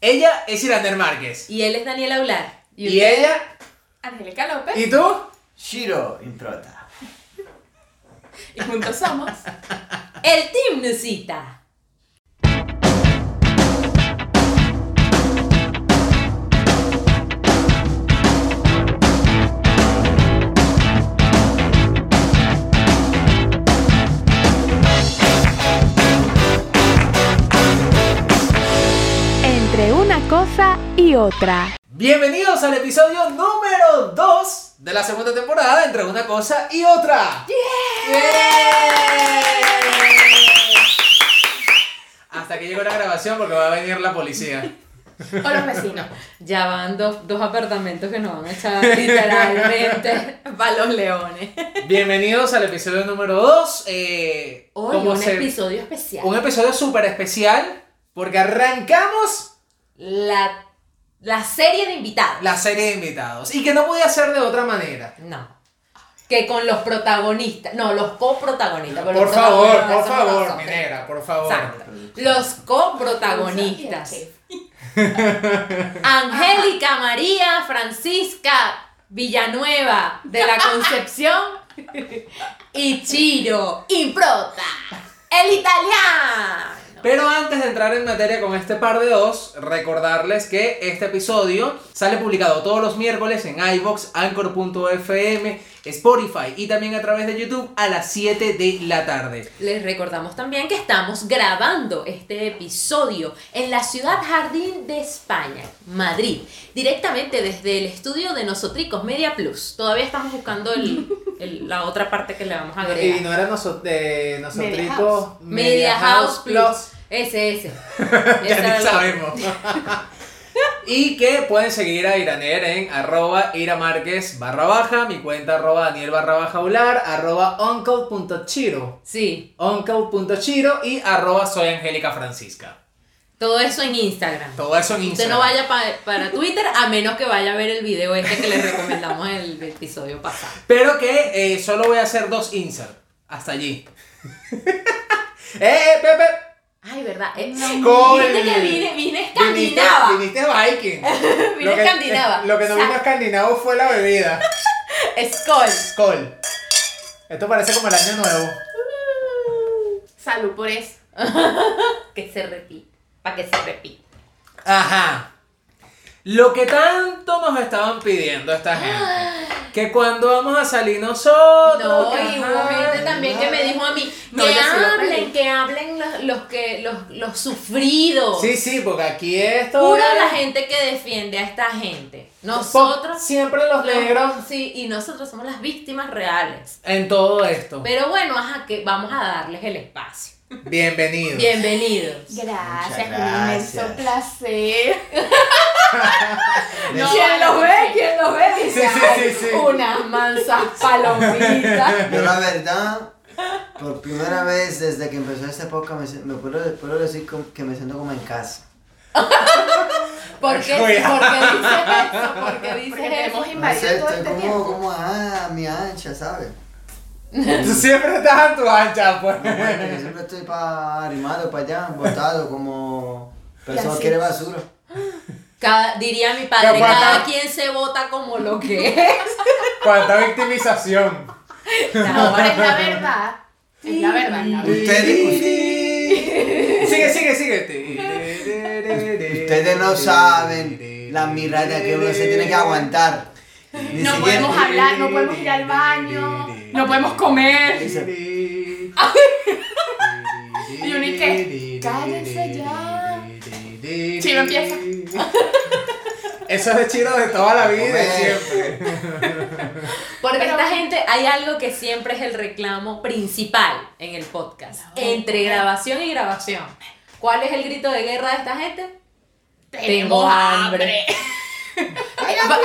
Ella es Irander Márquez. Y él es Daniel Aular. Y, usted? ella. Angélica López. ¿Y tú? Shiro Improta. Y juntos somos. El Team Nusita. Entre una cosa y otra. Bienvenidos al episodio número 2 de la segunda temporada entre una cosa y otra. Hasta que llegó la grabación porque va a venir la policía. O los vecinos. Ya van dos, dos apartamentos que nos van a echar literalmente para los leones. Bienvenidos al episodio número 2. Eh, Hoy como un se- episodio especial. un episodio súper especial porque arrancamos La, la serie de invitados. la serie de invitados y que no podía ser de otra manera. No. Que con los protagonistas. No, los coprotagonistas. pero Por los favor, protagonistas por somos favor, nosotros. minera, por favor. Exacto. Los coprotagonistas. Angélica María Francisca Villanueva de la Concepción y Chiro Improta, el italiano. Pero antes de entrar en materia con este par de dos, recordarles que este episodio sale publicado todos los miércoles en iBox, Anchor.fm, Spotify y también a través de YouTube a las 7 de la tarde. Les recordamos también que estamos grabando este episodio en la ciudad Jardín de España, Madrid, directamente desde el estudio de Nosotricos Media Plus. Todavía estamos buscando el- el- la otra parte que le vamos a Y agregar. no era nosotros, Media House. Media House Plus. Ese, ese. Ya Esa era ni la- sabemos. y que pueden seguir a Iraner en arroba iramarquez barra baja, mi cuenta arroba daniel barra baja ular, arroba uncle.chiro, Sí, uncle.chiro y arroba soy angélica francisca. todo eso en Instagram. Todo eso en Usted Instagram. no vaya pa- para Twitter a menos que vaya a ver el video este que le recomendamos en el episodio pasado. Pero que eh, solo voy a hacer dos insert. Hasta allí. ¡Eh, eh, Pepe! Ay, ¿verdad? Eh, Con- Viste que vine, vine escandinava. Viniste, viniste viking. Vine Lo que- escandinava. Lo que no vino escandinavo fue la bebida. Skull. Col. Esto parece como el año nuevo. Salud por eso. Que se repita. Para que se repita. Ajá. Lo que tanto nos estaban pidiendo esta gente. Que cuando vamos a salir nosotros. No, que y hubo ajá, gente también que me dijo a mí, No, que yo sí lo pedí. hablen, que hablen los, los que, los, los sufridos. Sí, sí, porque aquí esto. Pura es- la gente que defiende a esta gente. Po- Nosotros Siempre los negros. Sí, y nosotros somos las víctimas reales. En todo esto. Pero bueno, ajá, que vamos a darles el espacio. Bienvenidos. Bienvenidos. Gracias, Muchas un inmenso gracias. placer. Les- ¿Quién lo ve? ¿Quién lo ve? Sí, Dice, sí, sí, sí. unas mansas palomitas. Yo la verdad, por primera vez desde que empezó este podcast, me, se- me puedo, puedo decir como- que me siento como en casa. ¿Por qué, por qué dices Cuidado. eso? ¿Por qué dices Porque te hemos eso? No sé, invadido todo estoy este como, tiempo. como a mi ancha, ¿sabes? Tú siempre estás en tu ancha, pues. Bueno, yo siempre estoy para arrimado, para allá, botado, como persona así. que quiere basura. Cada- diría mi padre, Pero por acá- cada quien se vota como lo que es. Cuánta victimización. No, pero es la verdad. Es la verdad, es la verdad. Ustedes- Sigue, sigue, sigue. Ustedes no saben la mirada que uno se tiene que aguantar. Ni No siquiera- podemos hablar, no podemos ir al baño, no podemos comer. Y uno y qué, cállense ya. Chiro empieza. Eso es de Chiro de toda la vida y de Comer. siempre. Porque Pero- esta gente, hay algo que siempre es el reclamo principal en el podcast. No. Entre grabación y grabación. ¿Cuál es el grito de guerra de esta gente? Tengo hambre. Va-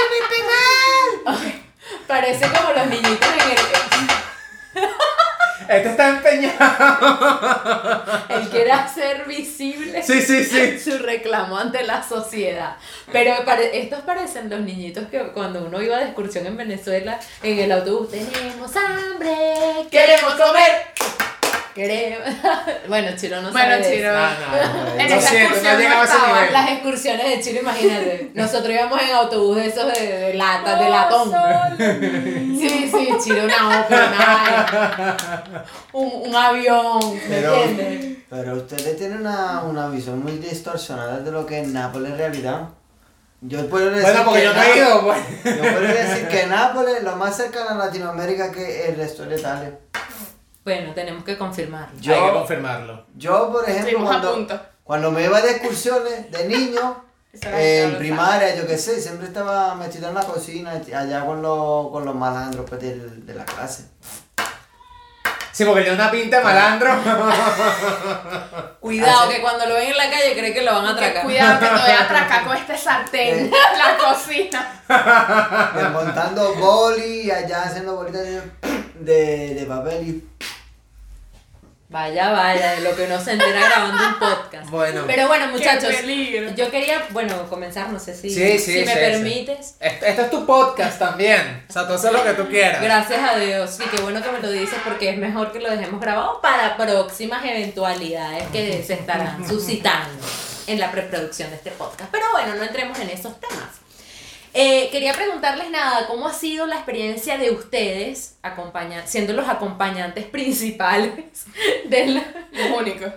Parece como los niñitos en Este está empeñado. el. Él quiere hacer visible Sí, sí, sí. su reclamo ante la sociedad. Pero pare- estos parecen los niñitos que cuando uno iba de excursión en Venezuela, en el autobús, tenemos hambre, Queremos comer. Creo. bueno, Chiro no Bueno, sabe de Chiro. eso. No, no, no. En Lo esa siento, no excursión he no llegado a ese estaba. nivel. Las excursiones de Chiro, imagínate. Nosotros íbamos en autobús de esos de, de lata, Ah, de latón. Sí, sí, Chiro, una ópera, nada. un, un avión, ¿me Pero- entiendes? Pero ustedes tienen una, una visión muy distorsionada de lo que es Nápoles en realidad. Yo puedo decir Bueno, porque que yo no he Náp- ido, pues. Yo puedo decir que Nápoles es lo más cercano a Latinoamérica que el resto de Italia. Bueno, tenemos que confirmarlo. Yo- Hay que confirmarlo. Yo, por ejemplo, Estuvimos a cuando, punto. cuando me iba de excursiones de niño, eh, Eso era en lo primaria, yo qué sé, siempre estaba metido en la cocina, allá con, los con los malandros pues, del- de la clase. Sí, porque le da una pinta de malandro. Cuidado, que cuando lo ven en la calle creen que lo van a Que atracar. Cuidado que te voy a atracar con este sartén, la cocina. Desmontando Pues, boli, allá haciendo bolitas de, de, de papel y Vaya, vaya, de lo que uno se entera grabando un podcast. Bueno. Pero bueno, muchachos, Qué peligro. yo quería, bueno, comenzar, no sé si, Sí, sí, si sí, me sí. permites. Este, este es tu podcast también. O sea, tú haces lo que tú quieras. Gracias a Dios, y qué bueno que me lo dices porque es mejor que lo dejemos grabado para próximas eventualidades que se estarán suscitando en la preproducción de este podcast. Pero bueno, no entremos en esos temas. Eh, quería preguntarles nada, ¿cómo ha sido la experiencia de ustedes acompaña- siendo los acompañantes principales del, Los únicos.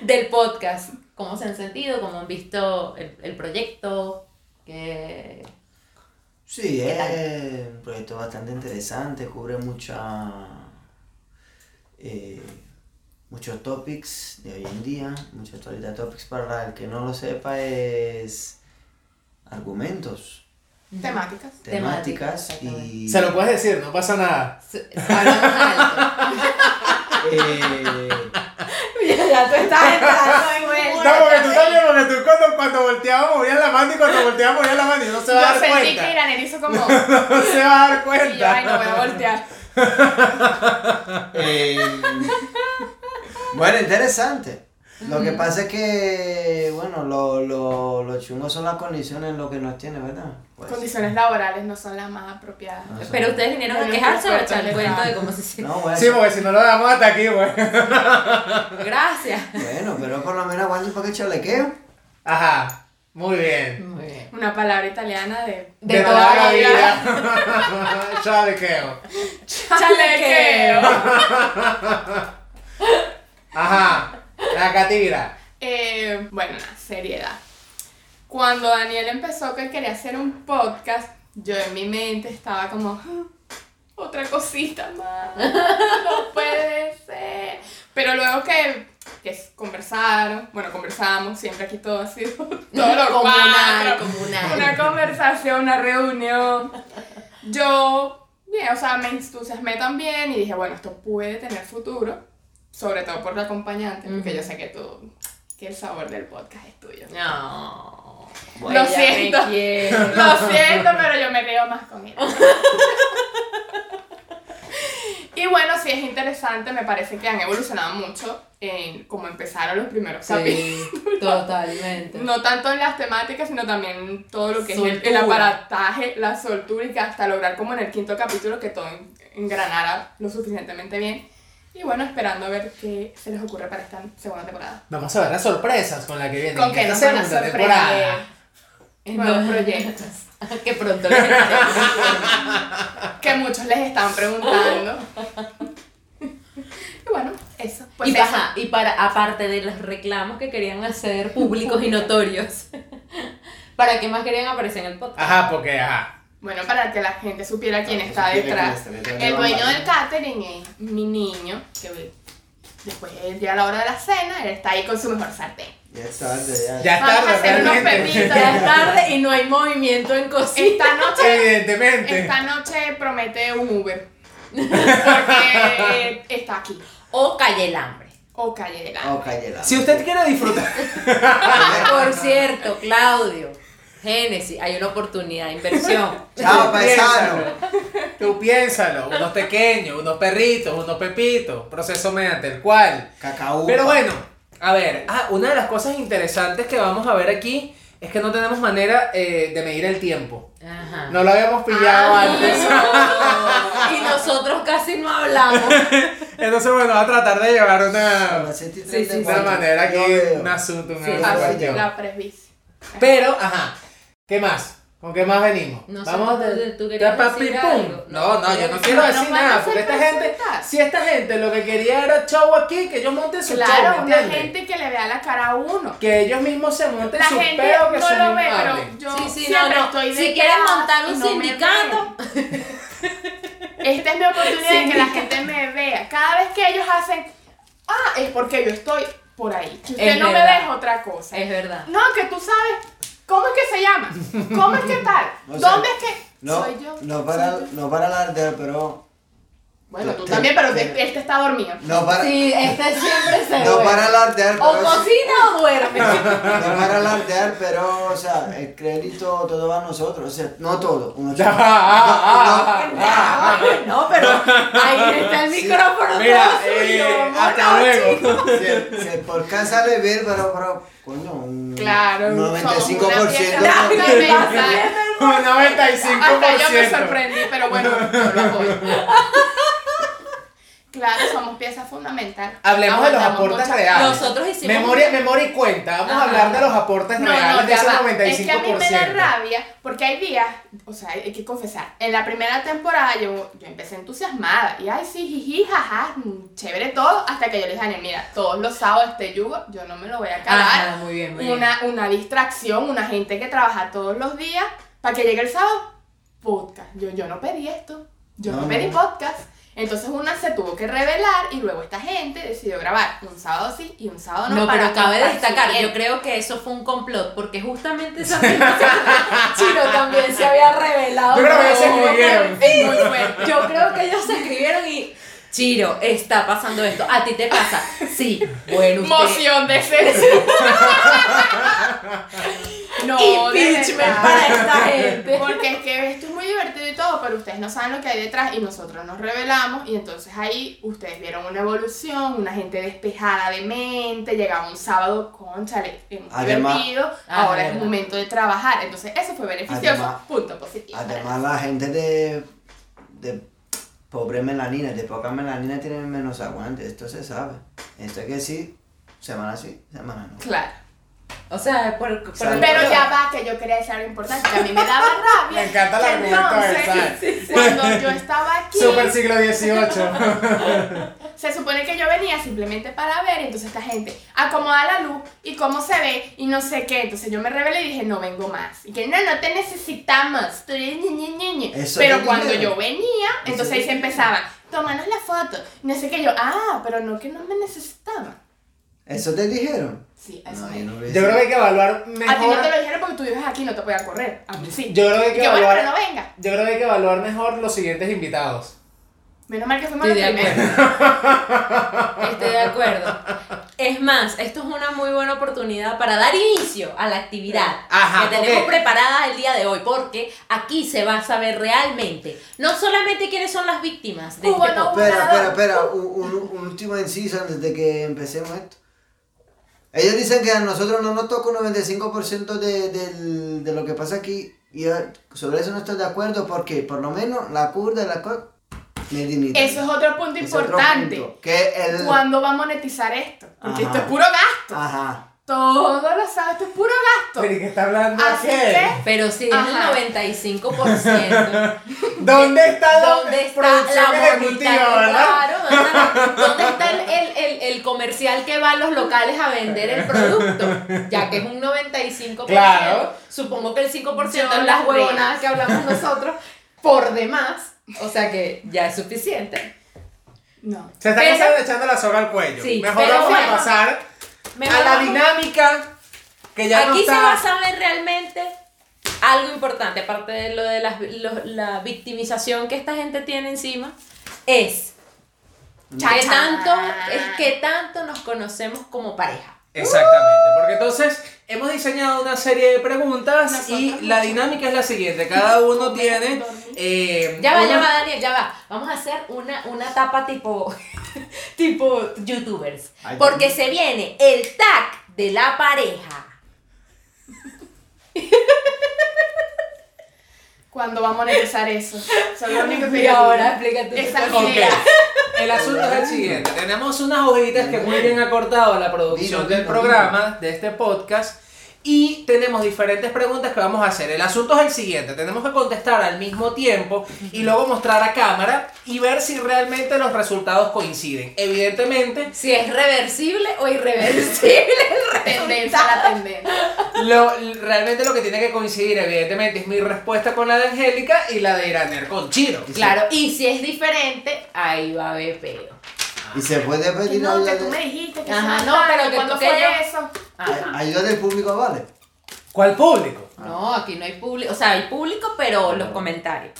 del podcast? ¿Cómo se han sentido? ¿Cómo han visto el, el proyecto? ¿Qué- Sí, ¿Qué tal? es un proyecto bastante interesante, cubre mucha, eh, muchos topics de hoy en día, mucha actualidad. Topics para el que no lo sepa es argumentos, Temáticas. Temáticas, temáticas y... Se lo puedes decir, no pasa nada. se- se hablamos alto. eh, Mira, ya tú estás entrando en el- No, porque tú también, porque tú cuando, cuando volteamos movías la mano y cuando volteamos movías la mano y no se Yo va a dar sentí que cuenta. Iranel hizo como. Y No se va a dar yo, ay, cuenta. no voy a voltear. eh, bueno, interesante. Lo que pasa es que, bueno, lo, lo, lo chungo son las condiciones en lo que nos tiene, ¿verdad? Pues, Condiciones laborales no son las más apropiadas. Ah. no sé. Pero ustedes vinieron No, a no, quejarse o a experto, echar el no. cuento de cómo se siente. No, bueno. Sí, porque si no lo damos hasta aquí, pues. güey. Gracias. Bueno, pero por lo menos aguanta un poco de chalequeo. Ajá. Muy bien. Muy bien. Una palabra italiana de. De toda la vida. Chalequeo. Chalequeo. Ajá. La catira. Eh, bueno, nada, seriedad. Cuando Daniel empezó que quería hacer un podcast, yo en mi mente estaba como, "Ah, otra cosita más, no puede ser. Pero luego que, que conversaron, bueno, conversamos, siempre aquí todo ha sido todo lo Comunal, cuatro, comunal. Una conversación, una reunión. Yo, bien, o sea, me entusiasmé también y dije, bueno, esto puede tener futuro, sobre todo por la acompañante, porque Ujú. yo sé que tú que el sabor del podcast es tuyo. Ah. No. Lo siento. Lo siento, pero yo me río más con él. Y bueno, sí es interesante, me parece que han evolucionado mucho en cómo empezaron los primeros capítulos. Sí, totalmente. No tanto en las temáticas, sino también en todo lo que es el- el, Soltura. aparataje, la soltura y que hasta lograr como en el quinto capítulo que todo en- engranara lo suficientemente bien. Y bueno, esperando a ver qué se les ocurre para esta segunda temporada. Vamos a ver las sorpresas con la que viene. Con que nos van a sorprender en nuevos proyectos. Que pronto les estaremos que muchos les están preguntando. y bueno, eso. Pues y, eso. ajá, y para, aparte de los reclamos que querían hacer públicos y notorios, ¿para qué más querían aparecer en el podcast? Ajá, porque ajá. Bueno, para que la gente supiera quién Para que supiera está quién detrás. está detrás. El dueño del catering es mi niño, que hoy- después él ya a la hora de la cena, él está ahí con su mejor sartén. Ya es tarde, ya. Ya Vamos a está, hacer unos realmente. pepitos. Ya es tarde y no hay movimiento en cocina. Esta noche, Evidentemente. esta noche promete un Uber. Porque eh, está aquí. O calle el hambre. O calle de la. Oh, cállala. Si usted quiere disfrutar. Por cierto, Claudio, Génesis, hay una oportunidad de inversión. Chao, Tú paisano. piénsalo. Tú piénsalo. Unos pequeños, unos perritos, unos pepitos. Proceso mediante el cual Cacao. Pero bueno, a ver, ah, una de las cosas interesantes que vamos a ver aquí es que no tenemos manera eh, de medir el tiempo. Ajá. No lo habíamos pillado Ah, antes. Y nosotros casi no hablamos. Entonces, bueno, va a tratar de llevar una, Las 7 y de 34. una manera Yo aquí, veo. un asunto, una Sí, una Ah, sí, cuestión. la presbicia. Pero, ajá, ¿qué más? ¿Con qué más venimos? No sé, Vamos tú- de- tú de querías pa' decir pim, algo. pum. No, no, yo no quiero No, no decir van a nada, hacer porque esta gente, presentar. si esta gente lo que quería era show aquí, que ellos monten su show, ¿me Claro, una entiendes? gente que le vea la cara a uno. Que ellos mismos se monten La su gente peo, que no son lo ve, inmables. pero yo Sí, sí, siempre no, no. estoy Si detrás quieren montar y un no me sindicato. ven. Esta es mi oportunidad de que la gente me vea. Cada vez que ellos hacen, ah, es porque yo estoy por ahí. Que usted Es no verdad. me deja otra cosa. Es verdad. No, que tú sabes cómo es que se llama, cómo es que tal, O sea, dónde es que No, soy yo. no para, soy yo. no para alardear, pero. Bueno, tú te- también, pero te- este está dormido. No para, Sí, este siempre se no duerme. para alardear, O pero. cocina o duerme. No para alardear, pero, o sea, el crédito todo va a nosotros. O sea, no todo. Unos Ah, ah, ah, No, no, ah, ah. Ay, no, pero ahí está el Sí. micrófono. Mira, todo suyo, eh, mono, hasta luego. chico. Si el, si el podcast sale bien, pero, pero coño, un Claro, somos una 95%. fiesta. no- Claro. Un Hasta yo me 95%. sorprendí, pero bueno, yo lo apoyo. Claro, somos pieza fundamental. Hablemos de los Aguantamos aportes muchas- reales. Nosotros hicimos Memoria, un- memoria y cuenta. Vamos a Ajá. hablar de los aportes No, reales no, de ya ese va. 95%. Es que a mí me da rabia porque hay días, o sea, hay que confesar, en la primera temporada yo, yo empecé entusiasmada y ay, sí, jiji, jaja, mm, chévere todo, hasta que yo le dije a Daniel, mira, todos los sábados este yugo yo no me lo voy a acabar. Ajá, muy bien, muy bien. una, una distracción, una gente que trabaja todos los días para que llegue el sábado, podcast. Yo, yo no pedí esto, yo no, No, pedí no. podcast. Entonces una se tuvo que revelar y luego esta gente decidió grabar un sábado sí y un sábado no. No, para pero cabe contar destacar, siguiente. yo creo que eso fue un complot, porque justamente esa misma semana Chino también se había revelado. Yo creo que se como- escribieron. Sí, muy fuerte. Yo creo que ellos se escribieron y. Chiro, está pasando esto. A ti te pasa. Sí. Bueno, usted. Moción de censura. no, de Impeachment verdad. para esta gente. Porque es que esto es muy divertido y todo, pero ustedes no saben lo que hay detrás y nosotros nos revelamos y entonces ahí ustedes vieron una evolución, una gente despejada de mente, llegaba un sábado, conchale, hemos Además- divertido, Ah, ahora es verdad. momento de trabajar. Entonces eso fue beneficioso, Además- punto positivo. Además, la gente de, de pobre melanina, de poca melanina, tiene menos aguante. Esto se sabe. Esto que sí, semana sí, semana no. Claro. O sea, por, por- Salud. Pero ya va, que yo quería decir algo importante, que a mí me daba rabia. Me encanta el que argumento de entonces, Cuando yo estaba aquí, Super siglo XVIII. se supone que yo venía simplemente para ver, y entonces esta gente acomoda la luz y cómo se ve y no sé qué. Entonces yo me rebelé y dije, no vengo más. Y que no, no te necesitamos. Tú eres ñi, ñi, ñi, ñi". Eso Pero te cuando dijeron. yo venía, entonces ahí se empezaban, tómanos la foto. No sé qué yo, ah, pero no que no me necesitaban. ¿Eso te dijeron? Sí, a eso No, me yo no dijeron. lo hice. Yo creo que hay que evaluar A ti no te mejor. lo dijeron porque tú vives aquí, no te podías correr. A mí sí. Yo creo que hay Y que que bueno, pero no evaluar. venga. Yo creo que hay que evaluar mejor los siguientes invitados. Menos mal que fuimos Estoy los de primeros. acuerdo. Estoy de acuerdo. Es más, esto es una muy buena oportunidad para dar inicio a la actividad Ajá, que tenemos ok. preparada el día de hoy, porque aquí se va a saber realmente, no solamente quiénes son las víctimas de Cuba este no podcast. Espera, espera, espera. Un, un- un último inciso antes de que empecemos esto. Ellos dicen que a nosotros no nos toca un 95% de, del- de lo que pasa aquí. Y yo sobre eso no estoy de acuerdo porque por lo menos la curda y la cosa me limitan. Eso es otro punto Es otro importante. punto, que el... ¿Cuándo va a monetizar esto? Ajá. Porque esto es puro gasto. Ajá. Todos los sábados, esto es puro gasto. Pero ¿y qué está hablando Así aquel? que- Pero si es Ajá. el 95%, ¿Dónde está la ¿dónde está producción la ejecutiva, bonita? verdad? Claro, ¿verdad? ¿dónde está el, el- el- el comercial que va a los locales a vender el producto? Ya que es un 95%. Claro. Supongo que el 5% Yo es las las huevonadas que hablamos nosotros por demás. O sea que ya es suficiente. No. Se está Pero- cansando de echando la soga al cuello. Sí, Mejor pero vamos a bueno. pasar Mejor a la vamos- dinámica que ya no Aquí está. se va a saber realmente algo importante, aparte de lo de las- lo- la victimización que esta gente tiene encima, es que Cha-cha. tanto, es que tanto nos conocemos como pareja. Exactamente, porque entonces hemos diseñado una serie de preguntas Nosotros y mucho. la dinámica es la siguiente, cada uno Comer, tiene... dormir. eh, Ya va, una- ya va, Daniel, ya va. Vamos a hacer una, una tapa tipo, tipo youtubers. Ay, Porque se viene el tag de la pareja. ¿Cuándo va a monetizar eso? Eso es lo único que Y yo ahora digo. explica tú. Esa Ok. idea. el asunto es el siguiente. Tenemos unas hojitas que muy bien ha cortado la producción del programa, de este podcast. Y tenemos diferentes preguntas que vamos a hacer. El asunto es el siguiente. Tenemos que contestar al mismo tiempo y luego mostrar a cámara y ver si realmente los resultados coinciden. Evidentemente, Si es reversible o irreversible el Tendencia, la tendencia. Lo, realmente lo que tiene que coincidir, evidentemente, es mi respuesta con la de Angélica y la de Iraner con Chiro. Claro, y si es diferente, ahí va a haber peo. Y se Ah. puede Que pedir No, que ayuda, tú me de- dijiste que Ajá, se no, pero mataron, que ¿cuándo tú que fue yo- eso? Ajá. ayuda del público, ¿vale? ¿Cuál público? No, aquí no hay público, o sea, hay público, pero los comentarios.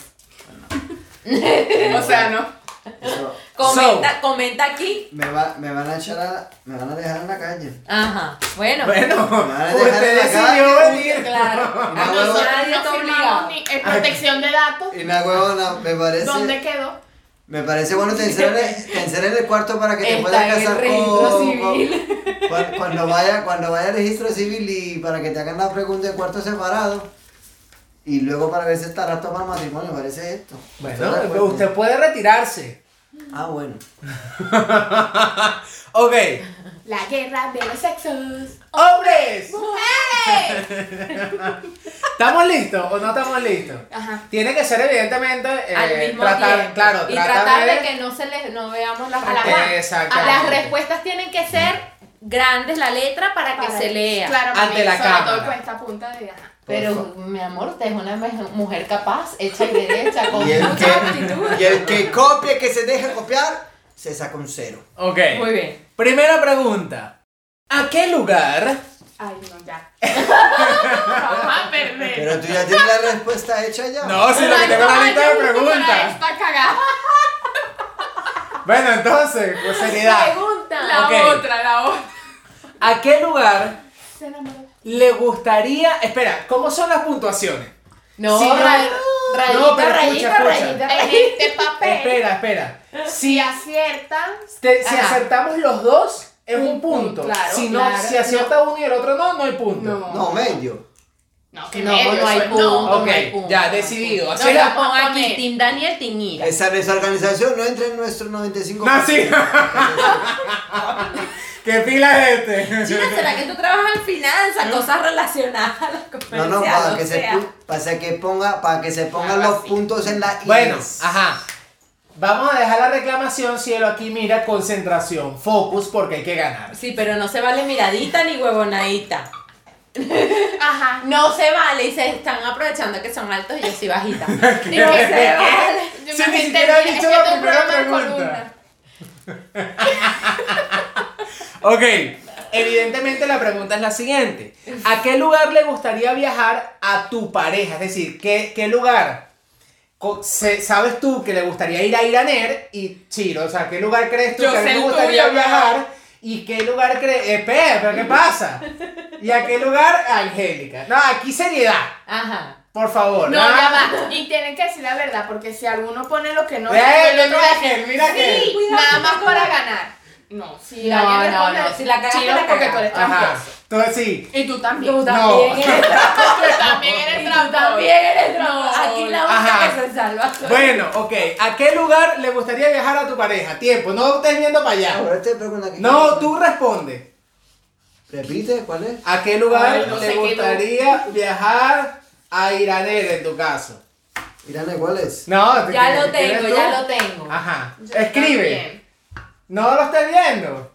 O sea, no. Eso, Comenta, comenta aquí. me, va, me van a echar a, me van a dejar en la calle. Ajá, bueno. Bueno, Vale, usted déjala decidió acá. venir. Claro, No, a no, nosotros Nosotros nadie no está firmamos obligado. ni en protección de datos. Y una huevona, me parece, ¿Dónde quedó? me parece bueno te encerren, te encerren en el cuarto para que te Está puedas en el casar registro con, civil. con- cuan- cuando vaya, cuando vaya al registro civil y para que te hagan la pregunta de cuarto separado. Y luego para ver si estarás tomando matrimonio, me parece esto. ¿Estás de Bueno, pues, pues, acuerdo? usted puede retirarse. Ah, bueno. Ok. La guerra de los sexos. ¡Hombres! ¿Estamos listos o no estamos listos? Ajá. Tiene que ser, evidentemente, eh, Al mismo tratar, tiempo. claro, y tratar de ver- que no se les, no veamos las A la respuestas. guapa. Exactamente. Las respuestas tienen que ser grandes la letra para que Para- se lea. Claro, Ante mami, la sobre cámara. todo con esta punta de. Ajá. Pero, mi amor, usted es una mu- mujer capaz, hecha y derecha, con Y el mucha que- aptitud. Y el que copie, que se deje copiar, se saca un cero. Ok. Muy bien. Primera pregunta. ¿A qué lugar Ay, no, ya. Vamos a perder. Pero tú ya tienes la respuesta hecha ya. No, sino que tengo una lista de preguntas. Está cagada. Bueno, entonces, con seriedad. Pregunta. La Ok. otra, la otra. ¿A qué lugar Se enamoró. le gustaría. Espera, ¿cómo son las puntuaciones? No, Sí, ra- no, rayita, pero escucha, rayita, escucha. rayita, En rayita. este papel, Espera, espera. si aciertan, Te- si Ajá. acertamos los dos, es un Un punto. punto, claro, si, no, claro. si acierta uno y el otro no, no hay punto. no. No, medio. No, que no, medio, no hay eso- punto, Ok, no hay punto. ya, no hay decidido. punto. Así No, la no, pon vamos a aquí, poner. Team Daniel, Team Ira. Esa desorganización no entra en nuestro 95%. No, sí. ¿Qué pila es este? China, ¿será que tú trabajas en finanzas, cosas relacionadas a los comerciados? No, no, para que, O se, sea, pu- para que ponga, para que se pongan Algo los así. puntos en la I. E Bueno, ajá. Vamos a dejar la reclamación, cielo. Aquí mira, concentración, focus, porque hay que ganar. Sí, pero no se vale miradita ni huevonadita. Ajá. No se vale y se están aprovechando que son altos y yo soy bajita. Y no se vale. Yo Si me ni metí siquiera en- he dicho es que la tengo un primera programa de pregunta. columna. Ok, evidentemente la pregunta es la siguiente. ¿A qué lugar le gustaría viajar a tu pareja? Es decir, ¿qué, qué lugar co- se- sabes tú que le gustaría ir a Iraner y Chiro? O sea, ¿qué lugar crees tú Yo que a mí sé me el gustaría tuyo, viajar? ¿Y qué lugar crees? Espera, pero ¿qué pasa? ¿Y a qué lugar Angélica? No, aquí seriedad, Ajá. por favor. Ah, No, nada- ya va. Y tienen que decir la verdad, porque si alguno pone lo que no. Eh, el mira otro que, va a decir, mira que. Sí, nada más para ganar. No, si No, alguien no, responde, no, si la cagaste, chido, la porque tú cagaste. eres Ajá. tramposo. Entonces sí. Y tú también. también No. eres Tú también eres tramposo. eres tramposa. Aquí la única Ajá. que se salva. soy Bueno, ok. ¿A qué lugar le gustaría viajar a tu pareja? Tiempo, no estés viendo para allá. Ahora te pregunta aquí. No, tú responde. Repite, ¿cuál es? ¿A qué lugar Ay, no le sé qué gustaría viajar a Iraner en tu caso? Irán, ¿cuál es? No, yo. ¿te Ya quieres- lo te quieres tengo, tú? Ah. ya lo tengo. Ajá. Yo Escribe. también. No lo estás viendo.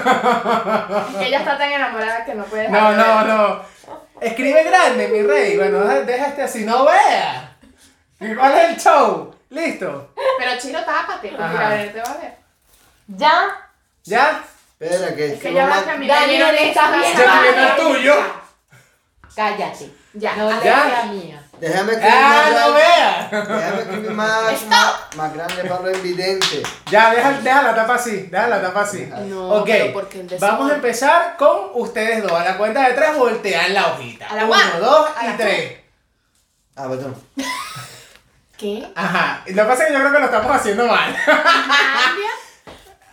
Es que ella está tan enamorada que no puede. No, dejar de no, ver. no. Escribe grande, mi rey. Bueno, de- deja este así, no vea. ¿Cuál es el show? Listo. Pero Chiro, tápate, porque Ajá. a ver, te va a ver. Ya. ¿Ya? Espera, que. Es que ella va a caminar. Dani, Mira, no le estás mira, viendo. mira, Yo estoy viendo el tuyo. Cállate. Ya. No Ah, le Ya. la mía. Déjame escribir ¡Ah, más no grande. vea! Déjame escribir más, más, más grande para lo evidente. Ya, deja, deja la tapa así, deja la tapa así. No, ok, pero porque el desorden- vamos a empezar con ustedes dos. A la cuenta de tres, voltean la hojita. A la Uno, one. dos A y la tres. Ah, perdón. ¿Qué? Ajá. Lo que pasa es que yo creo que lo estamos haciendo mal. Cambia.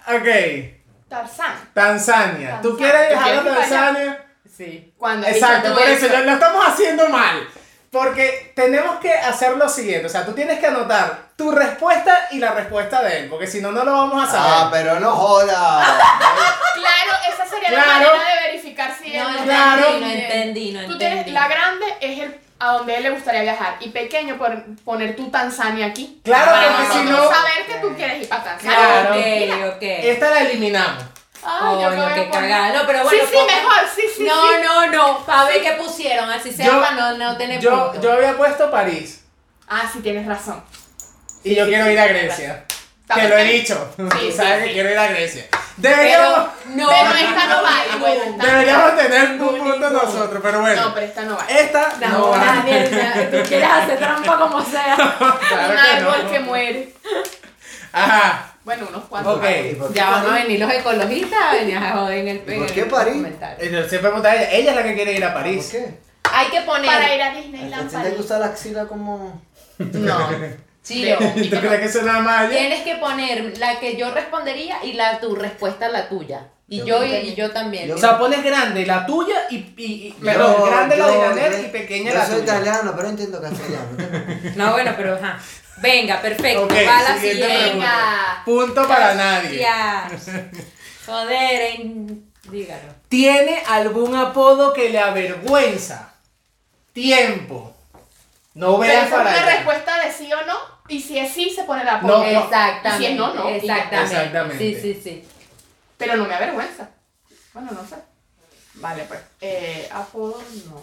ok, Tarzán. Tanzania. ¿Tú Tanzania. quieres ¿Tú viajar a quieres ir para Tanzania? Sí. Cuando Exacto, hizo por tú eso lo, lo estamos haciendo mal. Porque tenemos que hacer lo siguiente. O sea, tú tienes que anotar tu respuesta y la respuesta de él, porque si no, no lo vamos a saber. Ah, pero no joda. Claro, esa sería Claro. la manera de verificar si él No entendí, Claro. no entendí, no entendí. Tú tienes, la grande es el a donde él le gustaría viajar y pequeño por poner tu Tanzania aquí. Claro, Para porque si nosotros no- saber que tú quieres ir para Tanzania. Claro. Ok, ok. Esta la eliminamos. Ah, Ay, yo Coño, voy a qué poner- cagada. No, pero Sí, bueno. sí, ponga- mejor, sí, sí. sí. No, no, no. Para ver qué pusieron. Así sea Yo- para no, no tener Yo, punto. yo había puesto París Ah, sí, tienes razón. y yo quiero ir a Grecia. Está Te lo he bien. dicho. Sí, Sabes sí, que sí. quiero ir a Grecia. Pero Deberíamos, no. Pero esta no vale, bueno, esta- deberíamos tener un punto Único. nosotros, pero bueno. No, pero esta no vale. Esta no, No, va. Daniel, ya, tú quieres hacer trampa como sea. Claro Un que árbol no. que muere. Ajá. Bueno, unos cuantos. Ok. ¿Y por qué Ya van a París? venir los ecologistas a venir a joder en el ¿Por en el qué París? comentario. Eh, Yo siempre pregunto a ella. Ella es la que quiere ir a ¿Por París. qué? Hay que poner. Para ir a ¿A Disneyland ti te París. gusta la axila como.? No. Chilo. ¿Tú crees que eso es nada más allá? Tienes que poner la que yo respondería y la tu respuesta la tuya. Y yo, y, y yo también. Yo- O sea, pones grande la tuya y. y, y- perdón, Yo- grande la de yo- Daniel yo- y pequeña yo la soy tuya. italiano, pero entiendo castellano. No, bueno, pero ajá. Venga, perfecto. Ok, va la siguiente siguiente. pregunta. Punto para nadie. Gracias. Joder, en- dígalo. ¿Tiene algún apodo que le avergüenza? Tiempo. No veas Pero esa es para una allá. respuesta de sí o no. Y si es sí, se pone la No, polla. no. Exactamente. Y si es no, no. Exactamente. Exactamente. Sí, sí, sí. Pero no me avergüenza. Bueno, no sé. Vale, pues. Eh, apodo, no.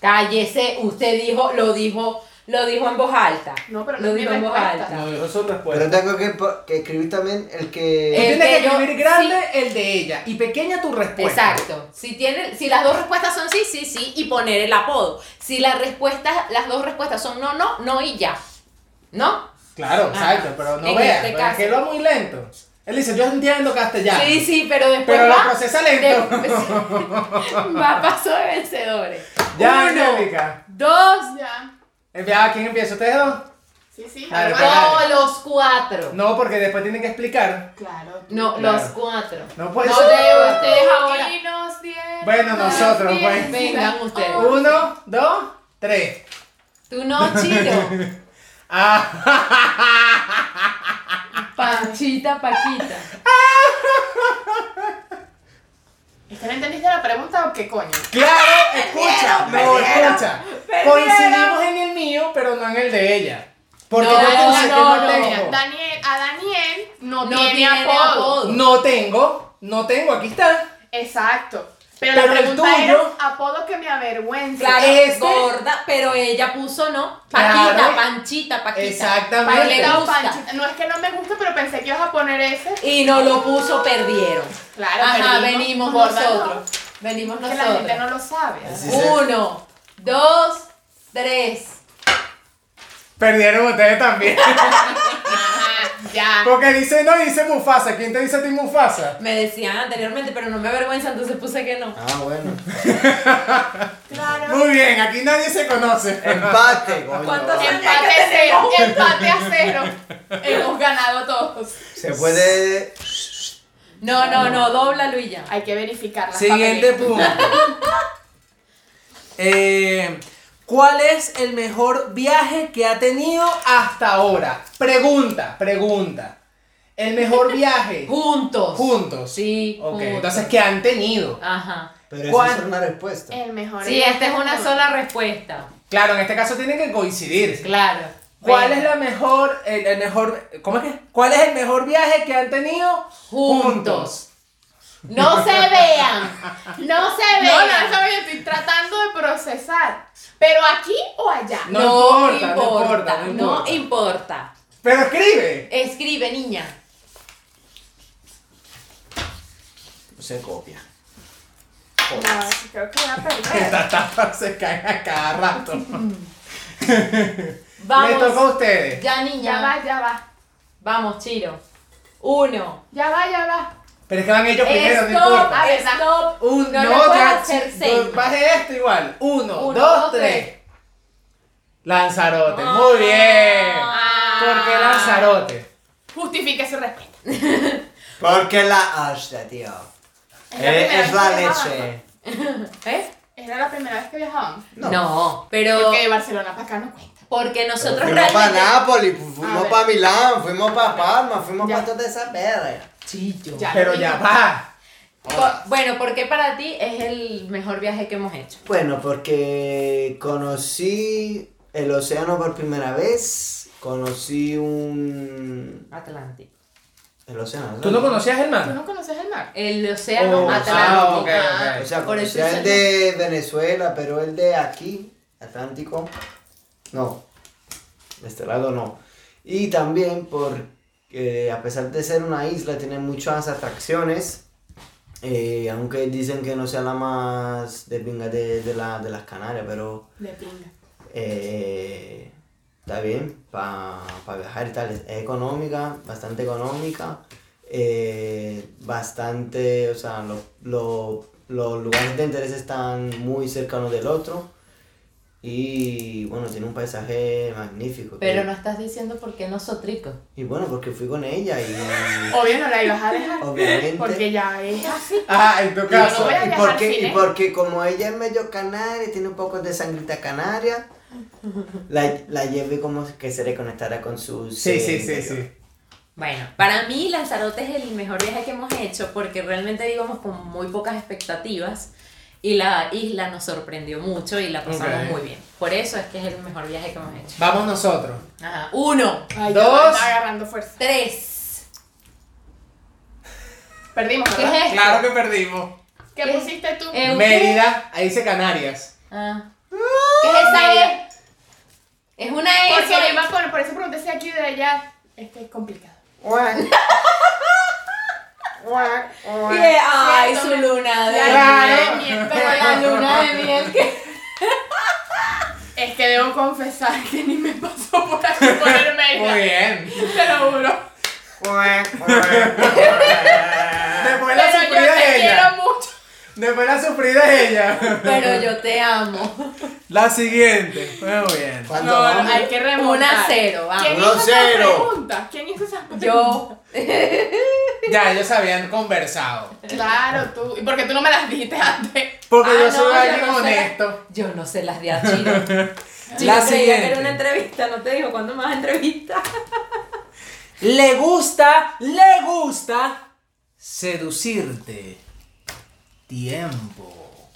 Cállese, usted dijo, lo dijo, lo dijo en voz alta. No, pero no lo es mi dijo en voz respuesta. alta. No, dijo su respuesta. pero tengo que, po- que escribir también el Tú que. Eh, tienes que que yo- escribir grande el de ella y pequeña tu respuesta. Exacto. Si tiene, si las dos respuestas son sí, sí, sí y poner el apodo. Si las respuestas, las dos respuestas son no, no, no y ya. ¿No? Claro, Ajá. exacto, pero no En veas. este pero es caso. que va muy lento. Él dice, yo entiendo castellano. Sí, sí, pero después Pero lo va- procesa lento. de- va a paso de vencedores. Ya, Uno, Angélica. dos, Ya. Empieza- ¿Quién empieza? ¿Ustedes dos? Sí, sí. Claro, hermano. claro. no, los cuatro. pues, No, porque después tienen que explicar. Claro. Pues tú. No, Claro. los cuatro. No puede No, ser. de ustedes ahora. Y nos dieron Bueno, las nosotros, diez. pues. Vengan ustedes. Uno, dos, tres. Tú no, Chilo. Ah, Panchita, Paquita. ¿Es que no entendiste la pregunta o qué coño? claro, escucha. No, escucha. Coincidimos en el mío, pero no en el de ella. Porque No, yo puse no, que no, no. tengo. Daniel, a Daniel no, No tiene, tiene apodo. apodo. No tengo, no tengo, aquí está. Exacto. Pero, Pero la el pregunta era tuyo- apodo que me avergüenza. Claro, Este- gorda, pero ella puso no. Paquita, Claro. Panchita, Paquita. Exactamente. Pa- le Panchita o gusta. Panchita. No es que no me gusta, pero pensé que ibas a poner ese. Y no lo puso, perdieron. Claro, Ajá, perdimos. venimos Gorda, nosotros. Venimos no, que la gente nosotros. no lo sabe. Sí, sí. Uno, dos, tres. Perdieron ustedes también. Ajá, ya. Porque dice no y dice Mufasa. ¿Quién te dice a ti Mufasa? Me decían anteriormente, pero no me avergüenza, entonces puse que no. Ah, bueno. Claro. Muy bien, aquí nadie se conoce. Empate, coño. ¿Cuántos años? Empate a cero, empate a cero. Hemos ganado todos. Se puede. No, no, no, dobla Luilla. Hay que verificar las Siguiente papeletas. punto. Eh, ¿Cuál es el mejor viaje que ha tenido hasta ahora? Pregunta, pregunta. El mejor viaje Juntos. juntos. Sí, Ok, juntos. entonces ¿qué han tenido? Ajá. Pero esa ¿Cuál? es una respuesta. El mejor. Sí, esta es una sola respuesta. Claro, en este caso tienen que coincidir. Claro. ¿Cuál Venga. es la mejor, el, el mejor, ¿cómo es que? ¿Cuál es el mejor viaje que han tenido juntos? No se vean. No se No, no, vean. eso yo estoy tratando de procesar. Pero aquí o allá. No importa, no importa, no importa. no importa. Pero escribe. Escribe, niña. Se copia. No, creo que voy a perder. Estas tapas se caen a cada rato. Les toca a Vamos. ustedes. Ya, Ya niña. va, ya va. Vamos, Chiro. Uno. Ya va, ya va. Pero es que van ellos primero, Stop, no importa. Ah, ¿verdad? stop. Un, no, no, no puedes ya, hacer sí, seis. no, baje esto igual. Uno, Uno, dos, dos, tres. tres. Lanzarote, muy bien. Ah. Ah. ¿Por qué Lanzarote? Justifique su respuesta. Porque la hostia, tío. Eh, primera es vez la que viajaban, leche. ¿Eh? ¿no? Era la primera vez que viajaban. No. pero. Porque de Barcelona para acá no cuenta. Porque nosotros Fuimos para realmente. Nápoles, fu- A fuimos ver. para Milán, fuimos para Palma, fuimos Ya. para toda esa verga. Chillo. Ya. Pero ya va. Por- bueno, porque para ti es el mejor viaje que hemos hecho. Bueno, porque conocí el océano por primera vez, conocí un... Atlántico. El océano. ¿Tú no conocías el ¿Tú mar? no conoces el mar? El océano Oh, Atlántico. ah, ok, ok. O sea, Por conocí eso el, es de Venezuela, pero el de aquí, Atlántico, no. De este lado no. Y también porque, a pesar de ser una isla, tiene muchas atracciones. eh, aunque dicen que no sea la más de pinga de, de la- de las Canarias, pero De pinga. eh, está bien para viajar y tal. Es es económica, bastante económica. eh, bastante, o sea, lo- lo- los lugares de interés están muy cercanos del otro. Y bueno, tiene un paisaje magnífico. Pero eh. que- no estás diciendo por qué nosotrico. Y bueno, porque fui con ella y. Obvio no la ibas a dejar. Obviamente. Porque ya es así. Ah, en tu Y, caso. no voy a y viajar porque, sin y él. porque como ella es medio canaria, tiene un poco de sangrita canaria, la, la llevé como que se reconectara con su... Sí, ser sí, sí, interior. sí. Bueno, para mí Lanzarote es el mejor viaje que hemos hecho porque realmente íbamos con muy pocas expectativas y la isla nos sorprendió mucho y la pasamos Ok. muy bien. Por eso es que es el mejor viaje que hemos hecho. Vamos nosotros. Ajá. Uno, Ay, ya Dos. va, va agarrando fuerza. tres. Perdimos, ¿Qué es ¿verdad? esto? Claro que perdimos. ¿Qué, ¿Qué? pusiste tú? Eh, Mérida, ahí dice Canarias. Ah. ¿Qué es esa E? Es una E. Porque soy- yo iba a poner, por eso pregunté si aquí o de allá. Es que es complicado. Guac. Guac, guac. Y es- Ay, su Cierto. luna de Claro. miel. Pero la luna de miel que... Es que debo confesar que ni me pasó por aquí ponerme Muy ella. bien. Te lo juro. Guac, guac. Después la Ah. Pero yo sufrida te es quiero ella. mucho. Después la sufrida es ella. Pero yo te amo. La siguiente. Muy bien. ¿Cuánto No, vamos? no, hay que remontar. Una cero, vamos. ¿Quién Uno hizo cero. esas preguntas? ¿Quién hizo esas preguntas? Yo. Ya, ellos habían conversado. Claro, tú. ¿Y por qué tú no me las dijiste antes? Porque Ah, yo no, soy yo alguien no sé. honesto. Yo no sé las de a Chino. La Chino creía que era siguiente. una entrevista, no te digo cuándo más entrevista. Le gusta, le gusta seducirte. Tiempo.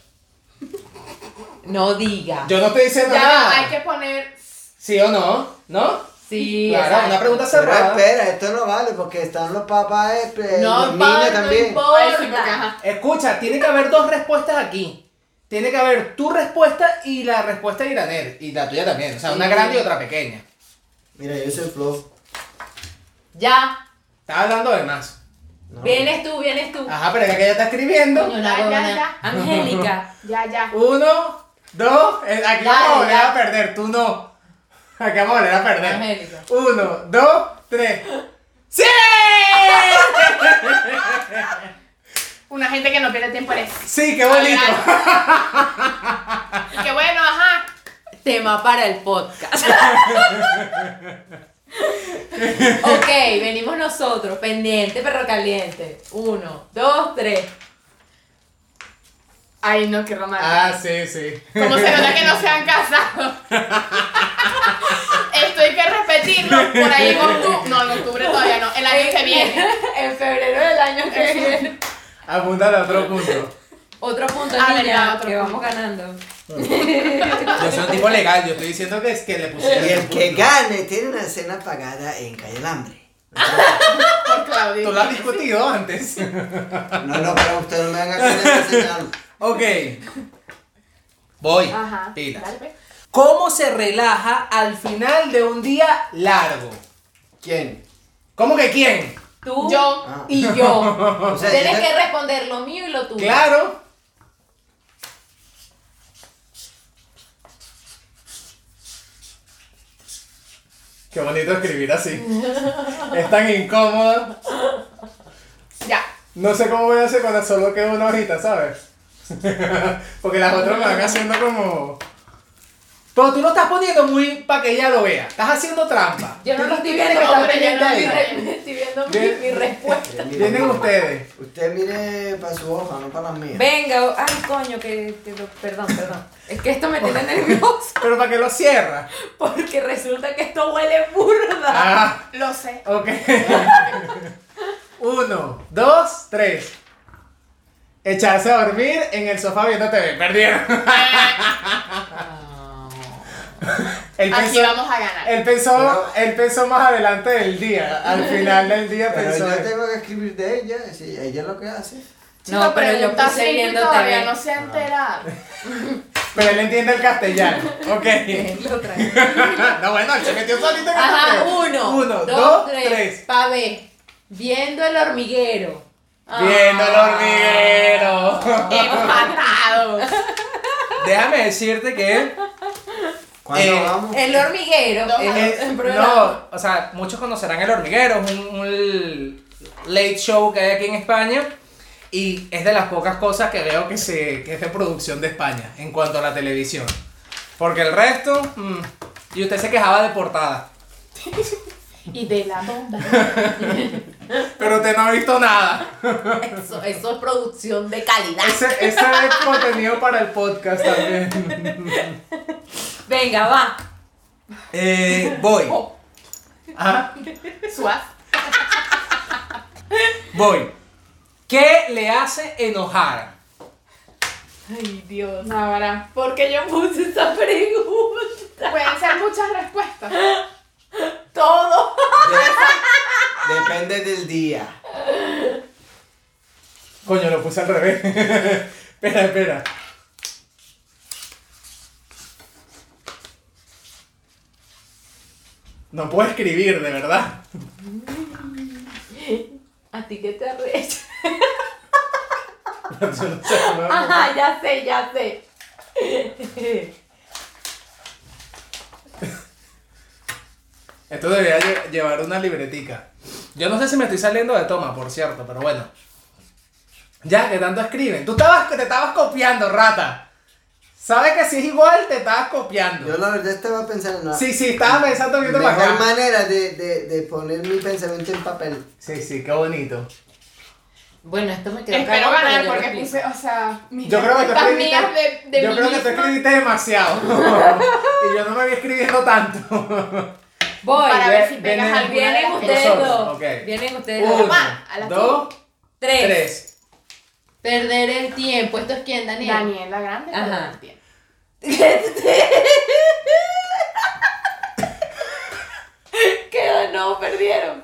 No diga. Yo no estoy diciendo ya, nada. hay que poner. ¿Sí o no? ¿No? Sí, claro, exacto. una pregunta Pero cerrada. espera, esto no vale porque están los papás, eh, No los importa, niños también. no Ay, sí, porque, ajá. Escucha, tiene que haber dos respuestas aquí. Tiene que haber tu respuesta y la respuesta de Iraner. Y la tuya también. O sea, una Sí. grande y otra pequeña. Mira, yo soy flojo. Ya. Estaba hablando de más. No. Vienes tú, vienes tú. Ajá, pero es que ella está escribiendo. Coño, la Ya, ya, huevona. ya. Angélica. Ya, ya. Uno, dos. eh, Aquí vamos Dale, a volver ya. a perder. Tú no. Aquí vamos a volver a perder. Angélica. Uno, dos, tres. ¡Sí! Una gente que no pierde tiempo en eso. Sí, qué bonito. Y que bueno, ajá. Tema para el podcast. ok, venimos nosotros. Pendiente, perro caliente. Uno, dos, tres. Ay, no, qué romántico. Ah, sí, sí. ¿Cómo se nota que no se han casado? Esto hay que repetirlo. Por ahí en octubre. No, en octubre todavía no. El año que viene. en febrero del año que viene. Apunta a otro punto. Otro punto, Ah, niña, verdad, otro que punto. vamos ganando. Yo soy un tipo legal, yo estoy diciendo que es que le pusieron. Y el un que punto. gane tiene una cena pagada en Calle del Hambre. Por Tú Claudio. lo has discutido antes. No, no, pero usted no me haga cena señor. ok. Voy. Ajá. Pilas. Dale, pues. ve. ¿Cómo se relaja al final de un día largo? ¿Quién? ¿Cómo que quién? Tú Yo. Ah. y yo. O sea, Tienes yo- que responder lo mío y lo tuyo. Claro. Qué bonito escribir así. Es tan incómodo. Ya. No sé cómo voy a hacer cuando solo quede una hojita, ¿sabes? Porque las otras me van haciendo como. Pero tú lo estás poniendo muy para que ella lo vea. Estás haciendo trampa. Yo no lo estoy Tiene viendo, que estar pero yo no pendiente estoy re- estoy viendo mi, Bien. mi respuesta. Vienen ustedes. Eh, Usted mire para su hoja, no para la mía. Venga, oh, ay coño, que, que lo- perdón, perdón. Es que esto me tiene nervioso Pero para que lo cierra. porque resulta que esto huele burda. Ah, Lo sé. ok. Uno, dos, tres. Echarse a dormir en el sofá viendo TV. Perdieron. Ah. Él Aquí pensó, vamos a ganar. él pensó, Pero- él pensó más adelante del día. Al final del día Pero pensó. yo tengo que escribir de ella, sí, ella es lo que hace. Chico, No, pero yo pregunta puse cinco y viendo todavía TV. no Ah. se ha enterado. Pero él entiende el castellano. Ok. Lo traje. no, bueno, él se metió solito en el Ajá, papel. uno, Uno, dos, tres. Pa' B. Viendo el hormiguero. Viendo el hormiguero. Empatados. Déjame decirte que. ¿Cuándo Eh, vamos? El hormiguero. Dos a es es- un programa. no, o sea, muchos conocerán El Hormiguero, es un, un late show que hay aquí en España. Y es de las pocas cosas que veo que, se, que es de producción de España en cuanto a la televisión. Porque el resto. mm, y usted se quejaba de portada. Y de la bomba. Pero usted no ha visto nada. Eso, eso es producción de calidad. Ese, ese es contenido para el podcast también. Venga, va. Eh, voy. Ah, Oh. Ajá, Suaz. voy. ¿Qué le hace enojar? Ay, Dios. Ahora. Porque yo puse esa pregunta. Pueden ser muchas respuestas. Todo. De- depende del día. Coño, lo puse al revés. espera, espera. No puedo escribir, de verdad. A ti que te arrecha. Yo no sé, no, no. Ajá, ya sé, ya sé. Esto debería lle- llevar una libretica. Yo no sé si me estoy saliendo de toma, por cierto, pero bueno. Ya, que tanto escriben. Tú estabas, te estabas copiando, rata. Sabes que si es igual, te estabas copiando. Yo la verdad estaba pensando en una Sí, sí, estaba pensando viendo para mejor acá. manera de, de, de poner mi pensamiento en papel. Sí, sí, qué bonito. Bueno, esto me quedó Espero cagado, ganar pero yo lo porque explico. puse, o sea, mis Yo creo que tú respuestas escribiste, mías de, de yo mí creo que tú misma escribiste demasiado. y yo no me había escribiendo tanto. Voy. para ver si Ven- pegas ven- alguna de Vienen las que ustedes yo- Nosotros, dos. ok. Vienen ustedes Uno, dos. Mamá, a las dos, Tres. tres. Perder el tiempo. ¿Esto es quién, Daniel? Daniela Grande. pero Ajá. no tiene. Quedó, no, perdieron.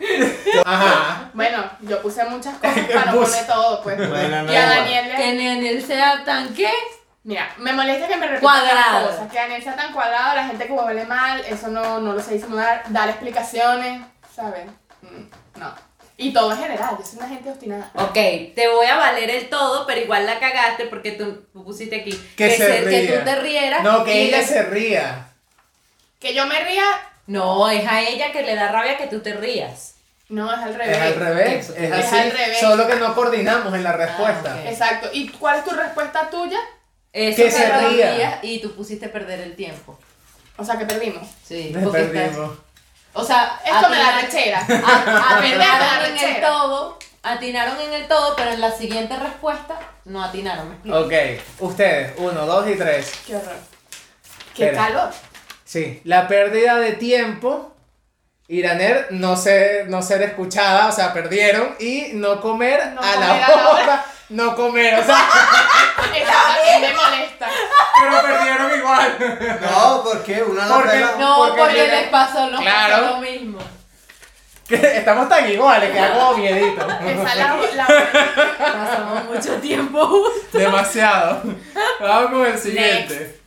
Ajá. Bueno, yo puse muchas cosas para no Bus. poner todo, pues. Bueno, no y a igual. Daniel le- Que Daniel sea tan qué. Mira, me molesta que me repitan Cuadrado. las cosas. Que Daniel sea tan cuadrado, la gente que huele mal, eso no, no lo sé disimular, dar explicaciones, ¿sabes? Mm, No. Y todo en general, yo soy una gente obstinada. Ok, te voy a valer el todo, pero igual la cagaste porque tú, tú pusiste aquí Que se que ría. tú te rieras. No, que y- ella se ría. Que yo me ría, No, es a ella que le da rabia que tú te rías. no, es al revés. Es al revés, es, Es así. al revés. Solo que no coordinamos en la respuesta. Ah, ok. Exacto. ¿Y cuál es tu respuesta tuya? Eso Que se fueron ría. días Y tú pusiste perder el tiempo. O sea, que perdimos. Sí, Me porque estás- perdimos. O sea, Esto me da atinar- rechera. a- Me da Atinaron en el rechera. todo, atinaron en el todo, pero en la siguiente respuesta no atinaron. ¿me explico? Ok, ustedes, uno, dos y tres. Qué horror. Qué Espera. calor. Sí, la pérdida de tiempo, Iraner no ser, no ser escuchada, o sea, perdieron, y no comer, No a, comer la a la hora. hora, no comer, o sea, Eso también me molesta. pero perdieron igual. No, porque una la Porque pela. No, porque porque, mira- les pasó, no Claro. pasó lo mismo. Que Estamos tan iguales que hago miedito. Esa la, la Pasamos mucho tiempo juntos. Demasiado. Vamos con el siguiente.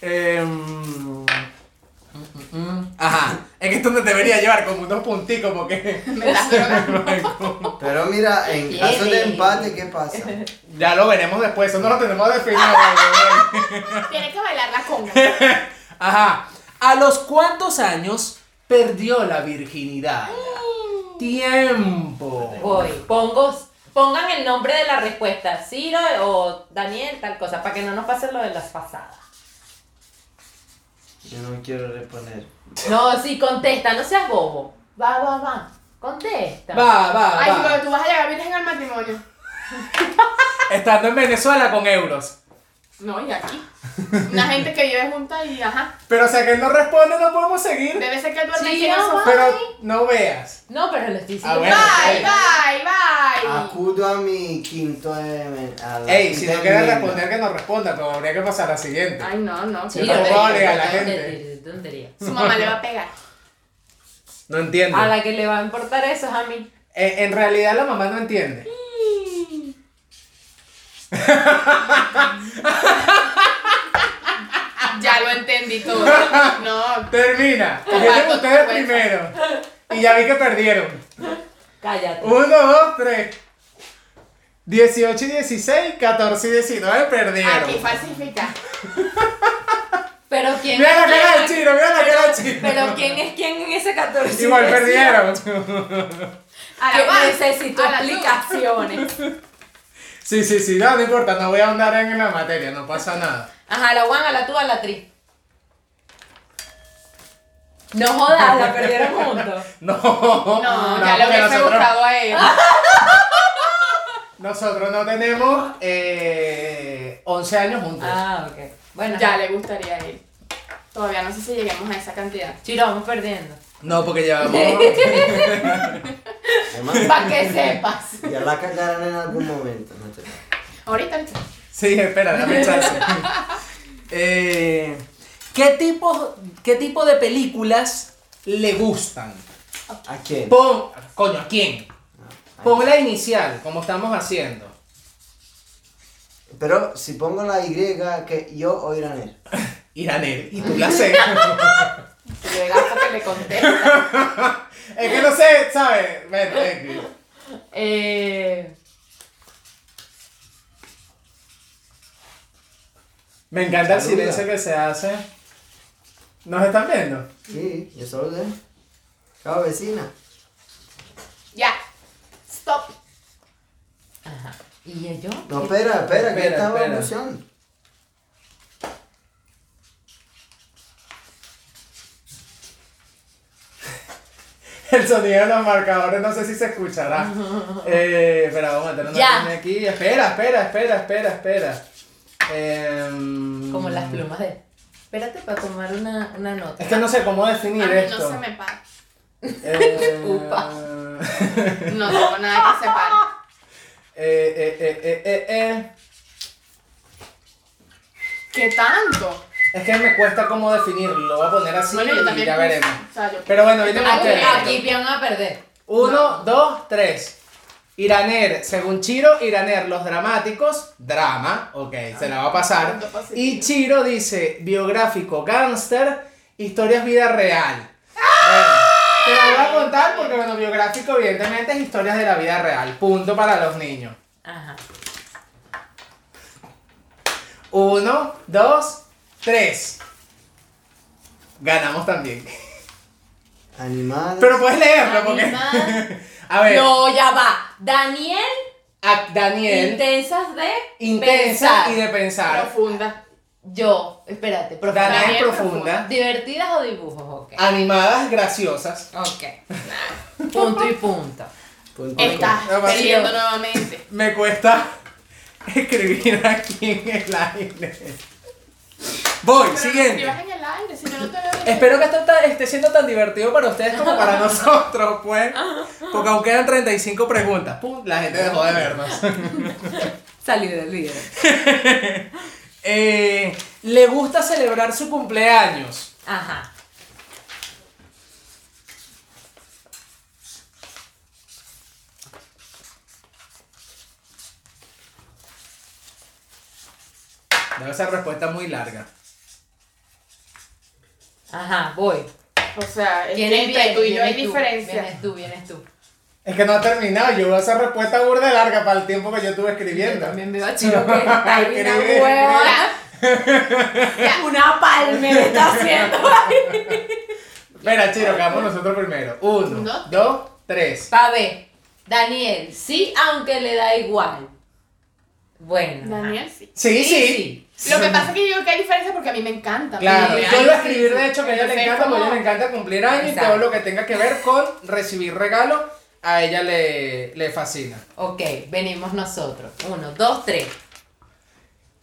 Em, Ajá, es que esto no debería llevar como unos punticos porque me estás drogando. Pero mira, en Tiene. caso de empate, ¿qué pasa? ya lo veremos después, eso no lo tenemos definido. güey. Tienes que bailar la conga. Ajá. ¿A los cuántos años perdió la virginidad? Tiempo. Voy, pongo, pongan el nombre de la respuesta, Ciro o Daniel, tal cosa, para que no nos pase lo de las pasadas. Yo no quiero responder. No, sí, contesta, no seas bobo. Va, va, va. Contesta. Va, Ay, va, pero va. tú vas a llegar virgen al matrimonio. Estando en Venezuela con euros. No, y aquí. Una gente que vive junta y ajá. Pero o sea que él no responde, no podemos seguir. Debe ser que duerme Sí, aquí en el no, sofá. Pero no veas. No, pero lo estoy Ah, diciendo. bueno. Ah, Bye, ok. bye, bye. Acudo a mi quinto M. a la Ey, si no quinta quiere enmienda. responder, que no responda, pero habría que pasar a la siguiente. Ay, no, no. Sí, Yo yo tampoco te le a la digo, gente. tonte- tontería. Su mamá le va a pegar. No entiendo. A la que le va a importar eso es a mí. Eh, en realidad la mamá no entiende. Ya lo entendí todo. No. Termina. Comenten ustedes vergüenza. primero. Y ya vi que perdieron. Cállate. 1, 2, 3. 18 y 16, 14 y 19 perdieron. Aquí falsifica. Pero quién Mira la es cara del quién- chino, mira la cara del pero- chino. Pero quién es quién en ese 14. Igual Decía perdieron. A Que la base, necesito a la explicaciones. Sí, sí, sí, no, no importa, no voy a ahondar en la materia, no pasa nada. Ajá, la one, a la tú, a la tri. No jodas, la perdieron juntos. No, no, No, ya lo porque hubiese nosotros, buscado a él. nosotros no tenemos eh, 11 años juntos. Ah, ok. Bueno, Ya le gustaría a él. Todavía no sé si lleguemos a esa cantidad. Chiro, vamos perdiendo. No, porque llevamos. Para que sepas. Ya la cagarán en algún momento. No te Ahorita el- Sí, espera, dame chance. Eh, ¿qué, tipo, ¿Qué tipo de películas le gustan? ¿A quién? Pon. Coño, ¿a quién? Pon la inicial, como estamos haciendo. Pero si pongo la Y, que yo o Iraner. Iranel, y tú la sé. le gasto que le contesta. es que no sé, ¿sabes? Ven, ven. Eh, Me encanta el Saluda. silencio que se hace. ¿Nos están viendo? Sí, yo solo sé. Chao, vecina. Ya. Stop. ¿Y yo? No, espera, espera, que Espera, estaba espera. en emoción. El sonido de los marcadores no sé si se escuchará. Eh, espera, vamos a meter una Ya. línea aquí. Espera, espera, espera, espera, espera. Em, Como las plumas de. Espérate para tomar una, una nota. Es que no sé cómo A definir mí no esto. se me para. Eh, Upa. No tengo nada que se pare. eh, eh, eh, eh, eh, eh. ¿Qué tanto? Es que me cuesta cómo definirlo. Lo voy a poner así Bueno, yo y también. ya veremos. O sea, yo- Pero bueno, Ah, ahorita Aquí, ustedes. aquí van a perder. Uno, dos, tres. Iraner, según Chiro, Iraner, los dramáticos, drama, ok, se la va a pasar. punto Ah, positivo. Y Chiro dice, biográfico, gangster, historias vida real. Bueno, ¡Ah! te la voy a contar porque, bueno, biográfico evidentemente es historias de la vida real, punto para los niños. Ajá. Uno, dos, tres. Ganamos también. Animada. Pero puedes leerlo porque... Animal. A ver, No, ya va. Daniel, a Daniel, intensas de. intensa pensar. y de pensar. Profunda. Yo, espérate, Dana profunda. es Daniel profunda. ¿Divertidas o dibujos? Ok. Animadas graciosas. Ok. Punto y punto. pues, Punto Estás No, vacío. perdiendo nuevamente. Me cuesta escribir aquí en el aire. Voy, Si siguiente. vas en el aire, si yo no te veo. Espero que esto ta- esté siendo tan divertido para ustedes como para nosotros, pues. Porque aún quedan 35 preguntas. Pum, la gente dejó de vernos. Salí del líder. Eh, ¿Le gusta celebrar su cumpleaños? Ajá. Debe ser respuesta muy larga. Ajá, voy. O sea, es Vienes que entre bien, tú y yo hay vienes tú, diferencia. Vienes tú, vienes tú. Es que no ha terminado. Yo voy a hacer respuesta burda larga para el tiempo que yo estuve Yo escribiendo. también veo a Chiro que está ahí una Escribe. hueva. Una palmera haciendo ahí. Espera, Chiro, que vamos nosotros primero. Uno, Uno. dos, tres. Pa' ver, Daniel, sí, aunque le da igual. Bueno. Daniel, sí. Sí, sí. Sí, Sí, sí. Lo que pasa es que yo creo que hay diferencia porque a mí me encanta. Claro, Porque yo hay- iba a escribir de hecho que a ella le Entonces, encanta, porque a como- ella le encanta cumplir años y Exacto. todo lo que tenga que ver con recibir regalo, a ella le, le fascina. Ok, venimos nosotros. Uno, dos, tres.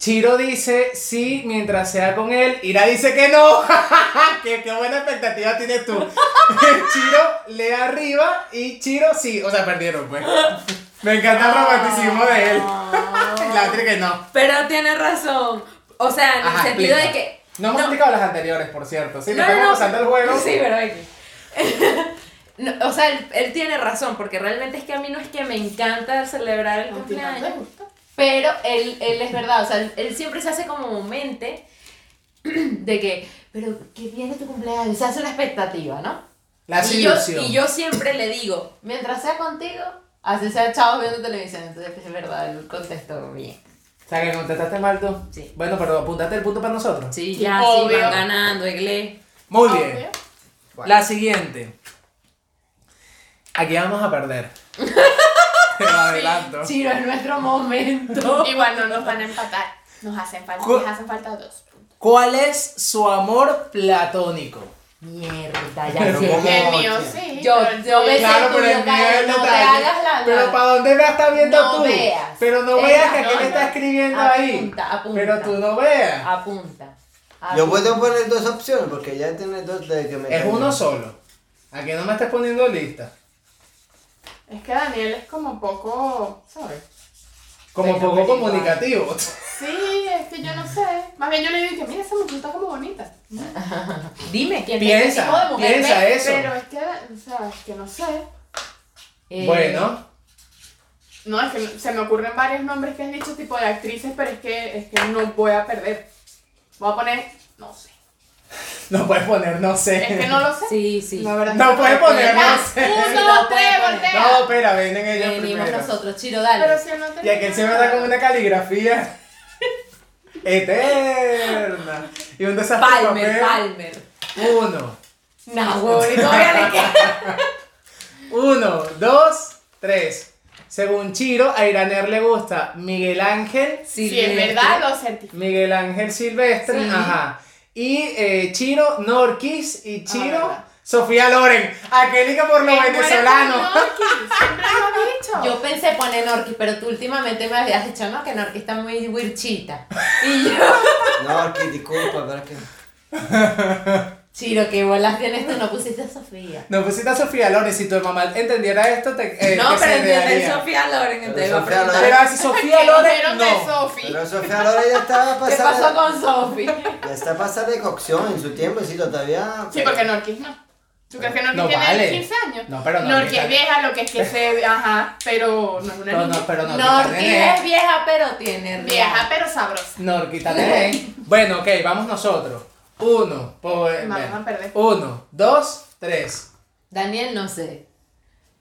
Chiro dice sí mientras sea con él. Ira dice que no. ¿Qué, qué buena expectativa tienes tú. Chiro lee arriba y Chiro sí. O sea, perdieron, pues. Me encanta el romanticismo de él. Ah. Latri que no. Pero tiene razón. O sea, en Ajá, el sentido explica. de que. No hemos No. explicado las anteriores, por cierto. Sí, No, nos no, estamos no. pasando el juego. Sí, pero hay que- No, o sea, él, él tiene razón, porque realmente es que a mí no es que me encanta celebrar el A ti no te cumpleaños, gusta. pero él, él es verdad, o sea, él, él siempre se hace como mente de que, pero que viene tu cumpleaños, se hace una expectativa, ¿no? La y, yo, ilusión. y yo siempre le digo, mientras sea contigo, así sea chavos viendo televisión, entonces pues, es verdad, él contestó bien. O sea, que contestaste mal tú. Sí. Bueno, pero apuntaste el punto para nosotros. Sí, ya, sí, Obvio. van ganando, Egle. Muy Obvio. bien. La siguiente. Aquí vamos a perder. Te lo adelanto. Chiro, es nuestro momento. Igual no nos van a empatar. Nos hacen falta, Cu- nos hacen falta dos. ¿Cuál es su amor platónico? Mierda, ya Pero sé. ¿cómo? El Oye. mío sí. Yo- pero el yo tuyo- me- Claro, el tuyo, Karen, no te hagas la- Pero la- ¿para dónde me estás viendo No tú? veas. Pero no Ella, veas que no, aquí me no. está escribiendo ahí. Apunta, apunta. Ah, Pero tú no veas. Apunta. apunta. Yo puedo poner dos opciones porque ya tiene dos de que me. Es uno solo. Aquí no me estás poniendo lista. Es que Daniel es como poco, ¿sabes? Como Venga, poco pues, comunicativo. Sí, es que yo no sé. Más bien yo le dije, mira, esa mujer está como bonita. Dime quién Piensa, es el tipo de mujer. piensa ¿ves? eso. Pero es que, o sea, es que no sé. Eh, Bueno, No, es que se me ocurren varios nombres que has dicho, tipo de actrices, pero es que, es que no voy a perder. Voy a poner, no sé. no puedes poner no sé. Es que no lo sé. Sí, sí. La verdad. No puedes poner no Ah, sé. Un, dos, tres, voltea. No, espera, venden ellos Venimos primero. nosotros, Chiro, Pero dale. si él no te Y aquel se da con una caligrafía eterna. Y un desastre de Palmer, papel. Palmer. Uno, No, huevón, y todavía le queda. uno, dos, tres. Según Chiro, a Iraner le gusta Miguel Ángel, Si Silvestre. es verdad, lo certifico. Miguel Ángel Silvestre, Sí. ajá. Y eh, Chiro, Norquis y Chiro, verdad. Sofía Loren. Angélica por lo Él muere por venezolano. Norquis, Siempre lo ha dicho. Yo pensé poner Norquis, pero tú últimamente me habías dicho, no, que Norquis está muy wirchita. Y yo, No, aquí disculpa, pero es que. Chiro, qué bolas tienes tú, no pusiste a Sofía. No pusiste a Sofía Loren, si tu mamá entendiera esto, te, eh, no, te pero entiende cerearía. Sofía Loren, entonces va a Sofía preguntar. Loren- Pero si Sofía Pero Loren, de no. Sofi. Pero Sofía Loren ya está ¿Qué pasó pasada. con Sofía? Ya está pasada de cocción en su tiempo, sí, todavía. Sí, porque Norquis no. ¿Tú crees que Norquis No tiene vale. 15 años? No, pero no, Norquis está- es vieja, lo que es que se... Ajá, pero no es una No, niña. no, pero no. eh. Norquis es vieja, pero tiene Vieja, real. pero sabrosa. Norquita Tenén. ¿eh? Bueno, ok, vamos nosotros. Uno, pues. Vamos bueno. a perder. Uno, dos, tres. Daniel, no sé.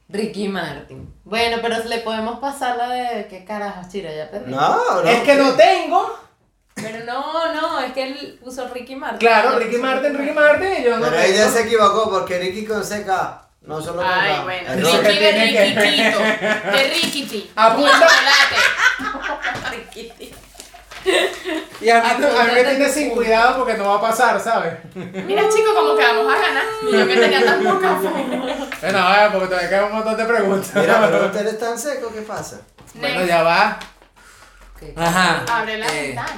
Ricky Martin. Bueno, pero le podemos pasar la de. ¿Qué carajo, Chiro? Ya perdí. No, no. es que no tengo. Pero no, no, es que él puso Ricky Martin. Claro, Yo Ricky puse Martin, Ricky Martin. y Yo no Pero tengo. ella se equivocó porque Ricky Conseca no solo con Ay, K, bueno. error. Ricky- Ricky de tiene que ver. Riquiquito. De Riquiti. Apunta. Ricky. Y a Ah, mí, a mí me Apúntate tiene tu sin punto. cuidado porque no va a pasar, ¿sabes? Mira, chicos, como que vamos a ganar. Y yo que tenía tan poca fe. Bueno, a ver, porque todavía quedan un montón de preguntas. Mira, pero ustedes están secos, ¿qué pasa? bueno, ya va. Ok. Ajá. Abre la Eh, ventana.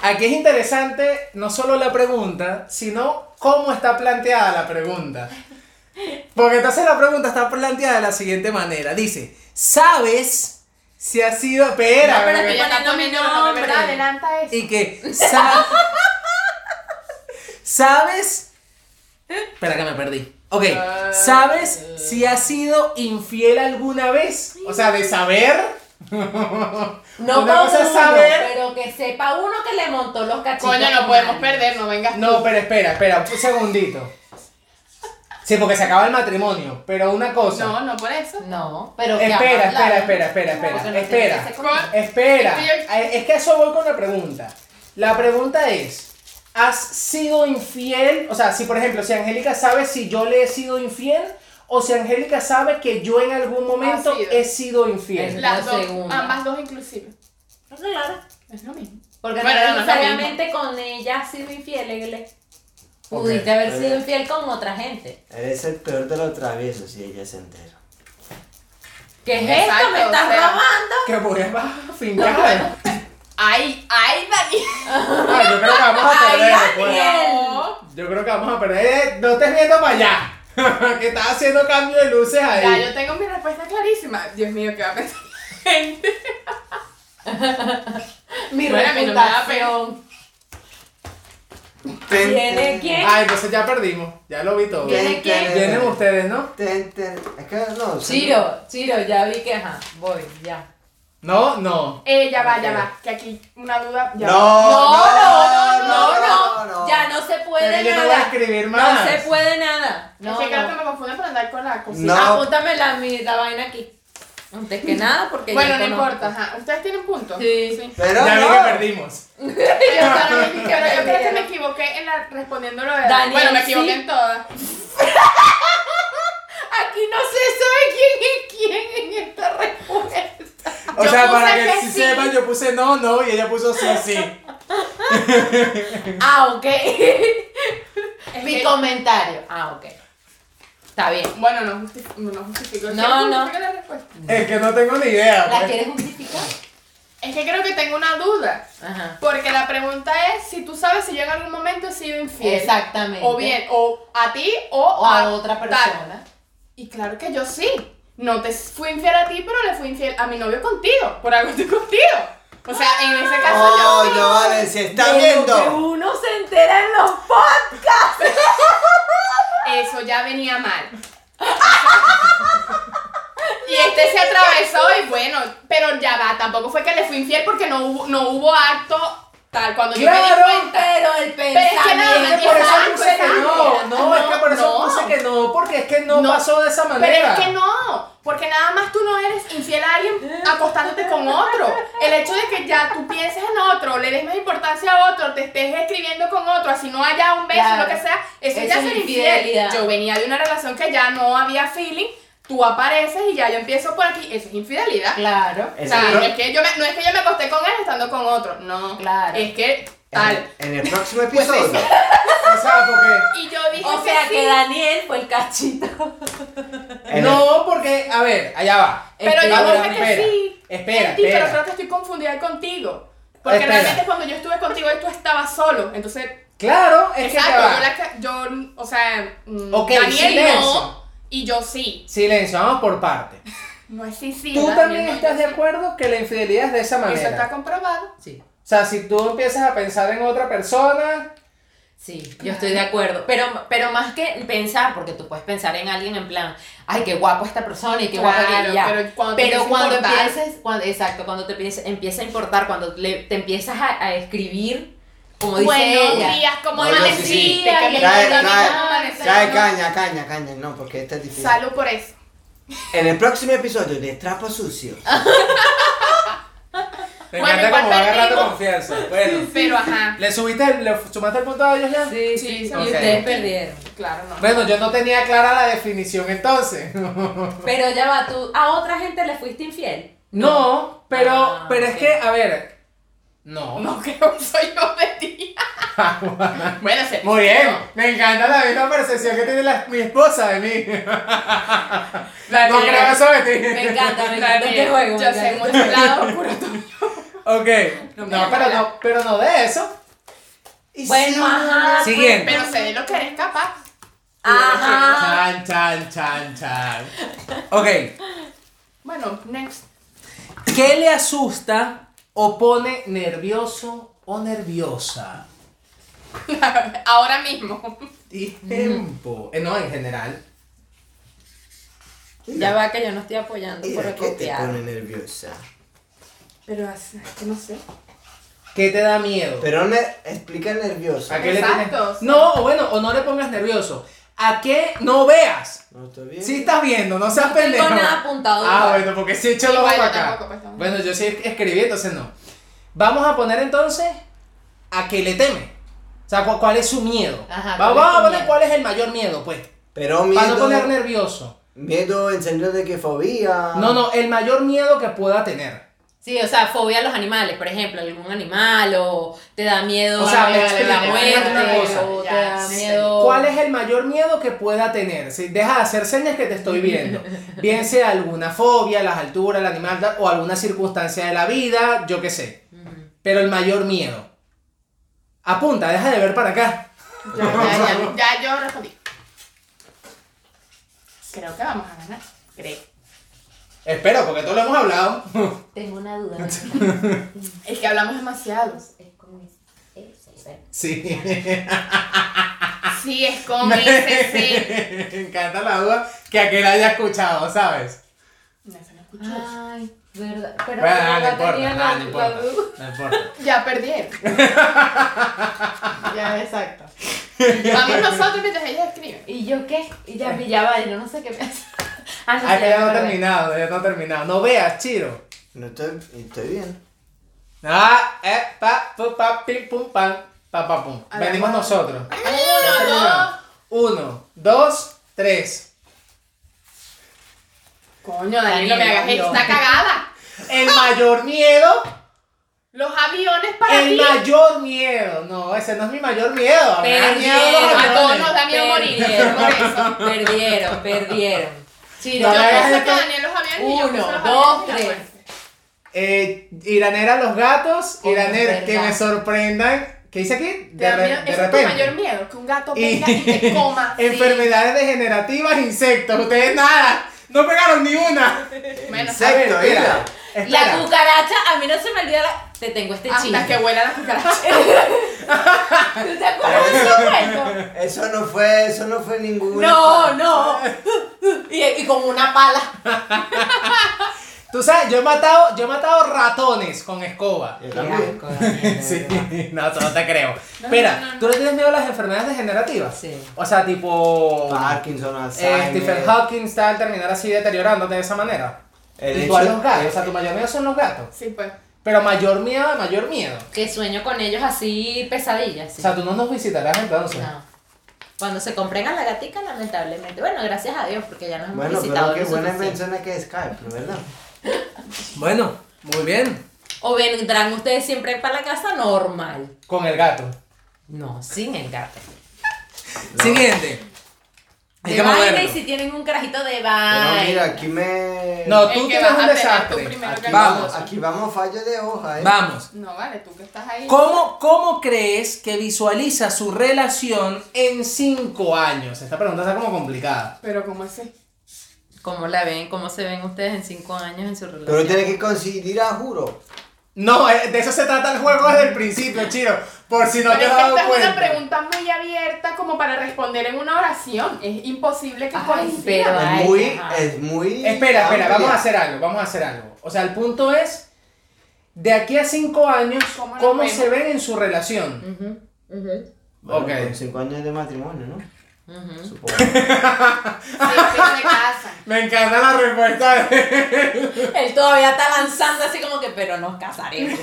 Aquí es interesante no solo la pregunta, sino cómo está planteada la pregunta. Porque entonces la pregunta está planteada de la siguiente manera. Dice, ¿sabes si ha sido... Espera, No, pero bebé. que- Ella está poniendo mi poniendo los nombres, nombre. Adelanta eso. y que... sa- ¿Sabes? Espera que me perdí. Ok, ¿sabes si ha sido infiel alguna vez? O sea, de saber... No Una con cosa es uno, saber- pero que sepa uno que le montó los cachitos. Coño, mal. no podemos perder, no vengas tú. No, pero espera, espera, un segundito. Sí, porque se acaba el matrimonio, pero una cosa. No, no por eso. No, pero que espera, hablaron. espera, espera, espera, Porque espera, no espera. tiene que ser Con- Espera, eh, Es que es que a eso voy con la pregunta. La pregunta es, ¿has sido infiel? O sea, si por ejemplo, si Angélica sabe si yo le he sido infiel o si Angélica sabe que yo en algún momento sido. he sido infiel. Es Las La dos, segunda. ambas dos inclusive. Claro. Es lo mismo. Porque Bueno, no no, no es lo necesariamente con ella has sido infiel, Egle. Ok, ¿eh? Pudiste haber está sido bien. infiel con otra gente. Eres el peor de los traviesos si ella se entera. ¿Qué es esto? Exacto, ¿Me estás o sea, robando? Que voy a fincar. Ay, ay, Daniel. Ay, Ah, yo creo que vamos a perder. pues. No, Yo creo que vamos a perder. Eh, No estés viendo para allá. que estás haciendo cambio de luces Ya, ahí. yo tengo mi respuesta clarísima. Dios mío, ¿qué va a pensar la gente? Mi Bueno, a mí no me da reputación. Ten, ¿Tiene ten, quién? Ay, entonces ya perdimos. Ya lo vi todo. ten, ¿Tiene quién? ten, Vienen ustedes, ¿no? ten, ten. Es que no. Chiro, Chiro, ya vi que ajá, voy, ya. No, no. Eh, ya va, ya va. Que aquí una duda. Ya No, va. no, no, no, no, no. Ya no se Pero puede yo no voy a nada. escribir No más. se puede nada. No, No, es que Carlos no. me confunde por andar con la cocina. No. Apúntame la, mi- la vaina aquí. Antes que nada, porque Bueno, yo no conozco. importa. Ajá. ¿Ustedes tienen puntos? Sí. Pero Ya vi no. que perdimos. Yo también, pero yo creo que me equivoqué en la, respondiendo lo de... Daniel, bueno, sí. me equivoqué en todas. Aquí no se sabe quién es quién en esta respuesta. O Yo sea, puse para que que si sí. sepan, yo puse no, no y ella puso sí, sí. Ah, ok. Es Mi que- comentario. Ah, ok. Está bien. Bueno, no justifico. No, justifico. No, ¿Quieres no. justificar la respuesta? Es que no tengo ni idea. ¿La pues. quieres justificar? Es que creo que tengo una duda. Ajá. Porque la pregunta es si tú sabes si yo en algún momento he sido infiel. Exactamente. O bien, o a ti o, O a otra persona. Y claro que yo sí. No te fui infiel a ti, pero le fui infiel a mi novio contigo. Por algo estoy contigo. O sea, en ese caso Oh, yo sí. no vale, si De está lo que viendo. uno se entera en los podcasts. Eso ya venía mal. Y este se atravesó y bueno, pero ya va, tampoco fue que le fui infiel porque no hubo, no hubo acto tal cuando yo me Claro, di cuenta. Pero el Pero es que pensamiento. nada, Es que por eso Exacto, puse que no, exacto. no, es que por eso No. puse que no, porque es que no, No. pasó de esa Pero manera. es que no, porque nada más tú no eres infiel a alguien acostándote con otro. El hecho de que ya tú pienses en otro, le des más importancia a otro, te estés escribiendo con otro, así no haya un beso, Claro. lo que sea, eso Eso ya es es ser infiel. infidelidad. Yo venía de una relación que ya no había feeling, tú apareces y ya yo empiezo por aquí, eso es infidelidad. Claro. O Es sea, el no pro- es, que yo me, no es que yo me acosté con él estando con otro, no. Claro. Es que En tal. el- En el próximo Pues episodio. eso. O sea, porque. Y yo dije O sea que, que sí, Daniel fue el cachito. en el- No, porque, a ver, allá va. pero yo Laura, dije que Este, espera, sí. Espera, En ti, espera. Pero creo que estoy confundida contigo. Porque Espera. realmente cuando yo estuve contigo y tú estabas solo. Entonces, Claro, es que exacto, allá yo, va. la ca- yo, o sea, mm, Ok, Daniel silencio. no y yo sí. Silencio, vamos por parte. No es sí, sí. Tú Daniel, también no, estás yo de sí. acuerdo que la infidelidad es de esa Eso está manera. comprobado. Sí. O sea, si tú empiezas a pensar en otra persona, Sí, Yo estoy de acuerdo, pero, pero más que pensar, porque tú puedes pensar en alguien en plan, ay, qué guapo esta persona y qué guapo Claro, aquella". ya. pero cuando te Pero empieza a cuando importar. empieces, cuando- exacto, cuando te empieza, empieza a importar, cuando le- te empiezas a, a escribir, como dice Buenos ella. días, ¿cómo Bueno, sí, amaneciste? sí. ¿Qué me Trae- cuentas? trae- ¿Cómo amaneciste? Trae No. caña, caña, caña. No, porque esta es difícil. Salud por eso. En el próximo episodio de Trapo Sucio. me Bueno, encanta igual como va agarrando perdimos. confianza. Bueno, Pero ajá. ¿le subiste, el- le sumaste el punto a ellos ya? Sí, sí, sí, sí. y Ok. ustedes perdieron. Claro, no. Bueno, yo no tenía clara la definición entonces. Pero ya va, tú a otra gente le fuiste infiel. No, pero, Ah, pero es ok. que, a ver. No. No creo que soy yo de ti. bueno, se- Muy bien. Me encanta la misma percepción que tiene la- mi esposa de mí. no creo que eso de ti. Me encanta, me encanta Daniel, este juego. me Yo sé encanta. mucho lado oscuro tuyo. Ok. No, me hagas pero hablar. no, pero no de eso. Y sí, Bueno, ajá. Siguiente. Pero sé de lo que eres capaz. Ajá. Chan, chan, chan, chan. Ok. Bueno, next. ¿Qué le asusta o pone nervioso o nerviosa? Ahora mismo. Y tiempo. Eh, no, en general. Ya va que yo no estoy apoyando por Mira, ¿qué te pone copiar. nerviosa? Pero hace, que no sé. ¿Qué te da miedo? Pero ne- explica nerviosa. ¿A qué le Exacto, tienes- o sea. No, o bueno, o no le pongas nervioso. ¿A qué no veas? No estoy bien. Si estás viendo, no seas No tengo pendejo. nada apuntado. Ah, bueno, porque sí he hecho Sí, los bueno, acá. tampoco, pues, tampoco. Bueno, yo sí escribí, entonces no. Vamos a poner entonces a que le teme. O sea, cu- ¿cuál es su miedo? Ajá, Va- ¿cuál es vamos a su poner miedo? cuál es el mayor miedo, pues. Pero Para no miedo. poner nervioso. Miedo en sentido de que fobia. No, no, el mayor miedo que pueda tener. Sí, o sea, fobia a los animales, por ejemplo, algún animal, o te da miedo O sea, a me la explico, muerte, una cosa. o te Ya, da sí. miedo... ¿Cuál es el mayor miedo que pueda tener? Si deja de hacer señas que te estoy viendo. Bien sea alguna fobia, las alturas, el animal da- o alguna circunstancia de la vida, yo qué sé. Pero el mayor miedo. Apunta, deja de ver para acá. Ya, ya, ya, ya yo respondí. Creo que vamos a ganar. Creo. Espero, porque todo lo hemos hablado. Tengo una duda. Es que hablamos demasiado. Es como es. es- Sí, Sí, es con ese, sí. me encanta la duda que aquel haya escuchado, ¿sabes? No, se lo escuchó. Ay, verdad. Pero Bueno, no, la importa, tenía nada, la- no la importa, duda. no importa. Ya perdieron. ya, exacto. Vamos nosotros mientras ellos escriben. ¿Y yo qué? Y ya pillaba, yo no sé qué pensar. Ah, no, Ay, sí, que ya no ha verdad. terminado, ya no ha terminado. No veas, Chiro. No estoy, estoy bien. Ah, eh, pa, pu, pa, pim, pum, pam, pa, pa, pum. A ver. Venimos nosotros. Uno, dos. Uno, dos, tres. Coño, Dani, no me hagas Danilo. esta cagada. El mayor miedo, Los aviones para el ti. mayor miedo. No, ese no es mi mayor miedo. A mí me da Perdieron, miedo los A todos aviones. nos da miedo morir. Perdieron. Por eso. Perdieron, perdieron. Sí, No, Yo no, yo- no, pienso no. que Daniel los aviones y yo Uno, pienso los dos, aviones y la muerte. Eh, Iranera los gatos, Coño, Iranera, es que me verdad. sorprendan. ¿Qué dice aquí? Te da re- miedo- Ese es tu mayor miedo, que un gato Y- venga y te coma. sí. Enfermedades degenerativas, insectos. Ustedes nada. No pegaron ni una. Bueno, Sí. Insecto, A ver, espera, mira. espera. La cucaracha, a mí no se me olvida la... Te tengo este hasta que chiste. huela la cucaracha. ¿Tú te acuerdas de eso? Beto? Eso no fue, eso no fue ninguna. No, no. Ah, Y, y con una pala. Tú sabes, yo he matado, yo he matado ratones con escoba. Yo también. Sí, no, eso no te creo. Espera, ¿tú le tienes miedo a las enfermedades degenerativas? Sí. O sea, tipo. Parkinson, eh, Alzheimer. Stephen Hawking está al terminar así deteriorándote de esa manera. El y hecho- tú a los gatos, o sea, tu mayor miedo son los gatos. Sí, pues. Pero mayor miedo, mayor miedo. Que sueño con ellos así, pesadillas. sí. O sea, tú no nos visitarás entonces. No. Cuando se compren a la gatica, lamentablemente. Bueno, gracias a Dios, porque ya nos hemos Bueno, visitado. pero qué lo buena suficiente. invención es que es Skype, ¿verdad? Bueno, muy bien. O vendrán ustedes siempre para la casa normal. Con el gato. No, sin el gato. Siguiente. Hay De que baile y moverlo. si tienen un carajito de Pero mira, baile. aquí me. No, El tú que tienes vas un a tener tú desastre. primero que Aquí el vamos, famoso. aquí vamos fallo de hoja, ¿eh? Vamos. No, vale, tú que estás ahí. ¿Cómo, ¿Cómo crees que visualiza su relación en 5 años? Esta pregunta está como complicada. Pero ¿cómo así? ¿Cómo la ven? ¿Cómo se ven ustedes en cinco años en su relación? Pero tienes que conseguir a juro. No, eh, de eso se trata el juego desde el principio, Chiro. Por si no Pero te es has que dado esta es cuenta. una pregunta muy abierta como para responder en una oración. Es imposible que Ay, coincida. pero- Ay, es muy, ajá. es muy. Espera, espera, amplia. vamos a hacer algo, vamos a hacer algo. O sea, el punto es, de aquí a 5 años, ¿Cómo Mm. ¿cómo, nos vemos? se ven en su relación? Ujú, ujú, Bueno, Ok. Con cinco años de matrimonio, ¿no? ujú. Supongo. Sí, sí, me casan. Me encanta la respuesta. Él todavía está lanzando así como que, pero nos casaremos.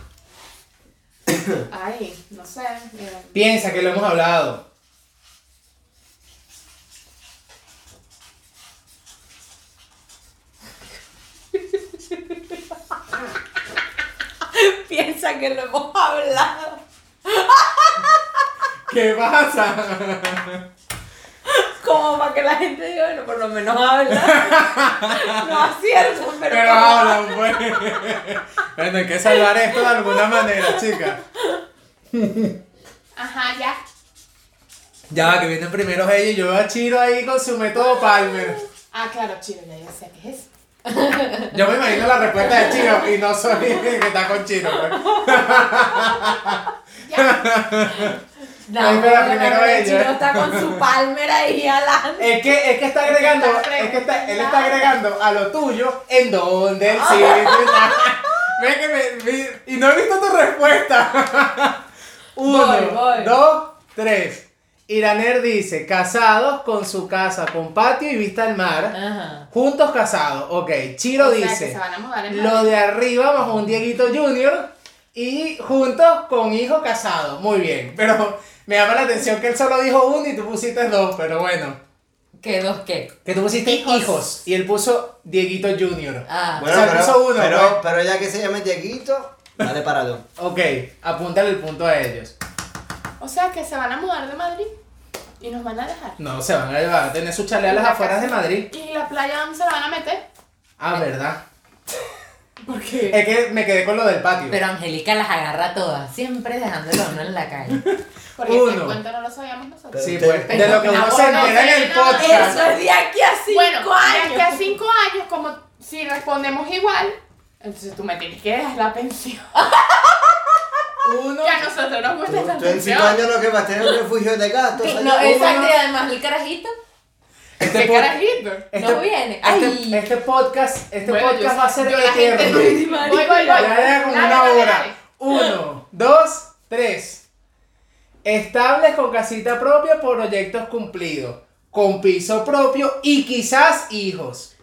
Ay, no sé. eh, Piensa que lo hemos hablado. Piensa que lo hemos hablado. ¿Qué pasa? Como para que la gente diga, bueno, por lo menos habla. No acierto, pero. Pero hablan, pues. Bueno, hay que salvar esto de alguna manera, chicas. Ajá, ya. Ya, que vienen primero ellos y yo veo a Chiro ahí con su método Palmer. Ah, claro, chido, ya, ya sé qué es eso. Yo me imagino la respuesta de Chiro y no soy el que está con Chiro. pues. No, Espera, no, primero no, el ella. chino está con su palmera ahí adelante. Es que, es que está agregando, es que está- él está agregando a lo tuyo en donde el sitio. Ve que me, vi- y no he visto tu respuesta. Uno, Voy, voy. dos, tres. Iraner dice, casados con su casa, con patio y vista al mar. Ajá. Juntos casados, ok. Chiro Ah. O sea, que dice, se van a mudar en lo de arriba bajo un Dieguito Junior y juntos con hijo casado. Muy bien, pero me llama la atención que él solo dijo uno y tú pusiste dos, pero bueno. ¿Qué dos qué? Que tú pusiste hijos. Hijos. y él puso Dieguito Junior. Ah. o sea, puso uno. pero, pues. pero ya que se llama Dieguito, dale para dos. Ok, apúntale el punto a ellos. O sea que se van a mudar de Madrid y nos van a dejar. No, se van a, van a tener su chale a las La afueras casa. de Madrid. ¿Y la playa dónde se la van a meter? Ah, ¿verdad? ¿Por qué? Es que me quedé con lo del patio. Pero Angélica las agarra todas, siempre dejándolo uno en la calle. Porque uno. este cuento no lo sabíamos nosotros. sí, Pero- pues, de lo que uno Pero- se entera en el Pero- podcast. Eso es de aquí a cinco bueno, años. de aquí a cinco años, como si respondemos igual, entonces tú me tienes que dar la pensión. Uno. Que a nosotros nos Tú, gusta esa tú en pensión. cinco años lo que vas a tener es un refugio de gatos. Sí, allá. No, exacto, uno. y además el carajito Este, ¿Qué pod- carajito? este- no viene. Ay, este- este podcast, este Bueno, podcast yo- va a ser yo la gente eterno. no- Voy, voy, voy. Ya era como Dale, una dale, hora. dale. Uno, dos, tres. Estables con casita propia, proyectos cumplidos. Con piso propio y quizás hijos.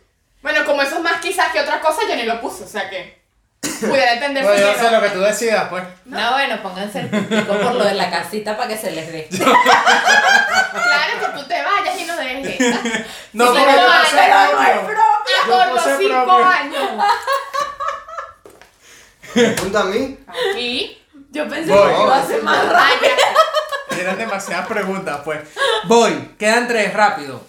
Bueno, como eso es más quizás que otra cosa, yo ni lo puse, o sea que pudiera entender Bueno, si yo no. sé lo que tú decidas, pues. no. bueno, pónganse el puntico por lo de la casita para que se les dé. Claro que tú te vayas y no dejes esta. No, Sí, porque pero yo no, puse pero no propio. es propio. Yo Ah, por puse los cinco propio. años. Junto a mí. Aquí. Yo pensé Voy. que iba a ser más rápido. Eran demasiadas preguntas, pues. Voy, quedan tres, rápido.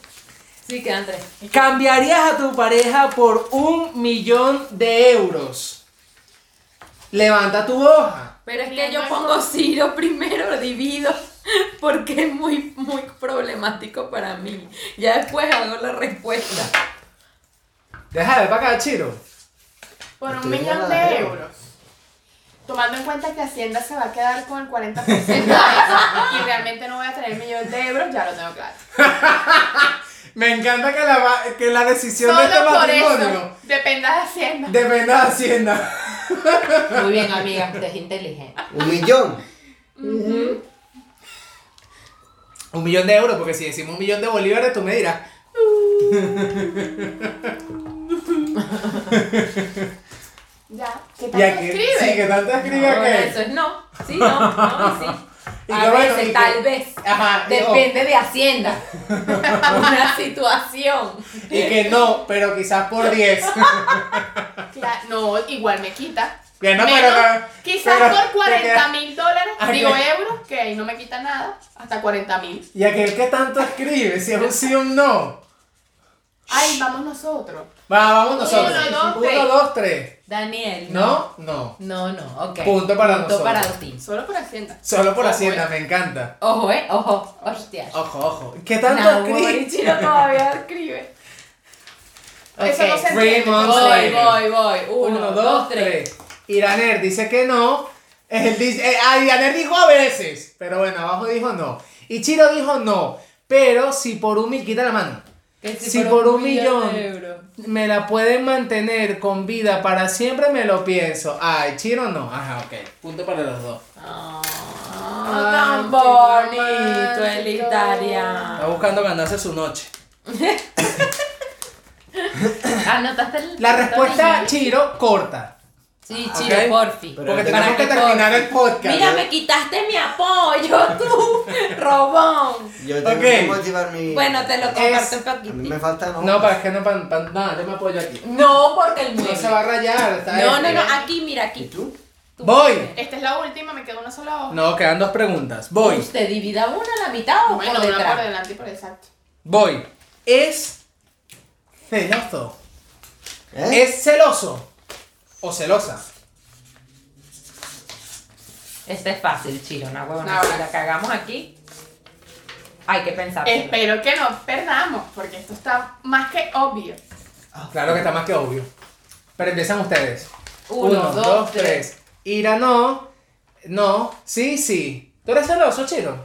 Sí, quedan tres. ¿Cambiarías a tu pareja por un millón de euros? Levanta tu hoja. Pero es que yo pongo Ciro primero, divido, porque es muy, muy problemático para mí. Ya después hago la respuesta. Deja de ver para acá, Chiro. Por No un te millón digo nada, de pero- euros. Tomando en cuenta que Hacienda se va a quedar con el 40% de eso, y realmente no voy a tener el millón de euros, ya lo tengo claro. Me encanta que la, va- que la decisión de este Solo por eso matrimonio dependas de Hacienda. dependa de Hacienda. Muy bien, amiga, usted es inteligente. Un millón. Un millón de euros, porque si decimos un millón de bolívares, tú me dirás. Ya. ¿Qué Y tanto aquí, escribe? sí, que tanto escribe No, que. Eso es no. Sí, no, no, sí. Y A que bueno, veces, y que- tal vez. Ajá, y- oh, Depende de Hacienda. Una situación. y que no, pero quizás por 10. Cla- no, igual me quita. Que no, Menos, pero- quizás pero por te 40 queda- mil dólares, Ah, digo que- euros, que ahí no me quita nada, hasta 40 mil. Y aquel que tanto escribe, si es un sí o un no. Ay, vamos nosotros. Va, vamos nosotros. Uno, dos, Uno, tres. dos, tres. Daniel. No, no. No, no, ok. Punto para nosotros. para ti. Solo por Hacienda. Solo por Ojo, Hacienda, me encanta. Ojo, eh, ojo. Hostia. Ojo, ojo. ¿Qué tanto Nah, escribe? voy. Chino todavía escribe. Eso no Ok. se Three entiende. months Voy, later. voy, voy. Uno, Uno, dos, tres. Iraner dice que no. Él dice, eh, ah, Iraner dijo a veces. Pero bueno, abajo dijo no. Y Chiro dijo no. Pero si por un millón, quita la mano. Que Si por un millón. de euros. Me la pueden mantener con vida para siempre, me lo pienso. Ay, Chiro no. Ajá, ok. Punto para los dos. Ah, Ay, tan qué bonito el romántico. italiano. Está buscando ganarse su noche. ¿Anotaste el- La respuesta, Sí, Chiro, corta. Sí, Ok. Chiro, porfi. Pero Porque tenemos tenemos que que terminar el podcast. Mira, me quitaste mi apoyo, tú, Robón. Yo tengo Ok. que motivar mi. Bueno, te lo comparto un A mí me poquito. falta no. No, para es que no, para, nada, yo me apoyo aquí. No, porque el No mueble. se va a rayar. está este. No, no, bien. no, aquí, mira, aquí. ¿Y tú? Tú. Voy. Esta es la última, me quedó una sola hoja. No, quedan dos preguntas. Voy. ¿Usted divida una a la mitad o bueno, por una por detrás? delante y por exacto. Voy. ¿Es Celoso. ¿Eh? ¿Es celoso o celosa? Este es fácil, Chiro, una huevona. No. Si la cagamos aquí, hay que pensar. Espero que no perdamos, porque esto está más que obvio. Claro que está más que obvio. Pero empiezan ustedes. Uno, dos, tres. Ira no. No. Sí, sí. ¿Tú eres celoso, Chiro?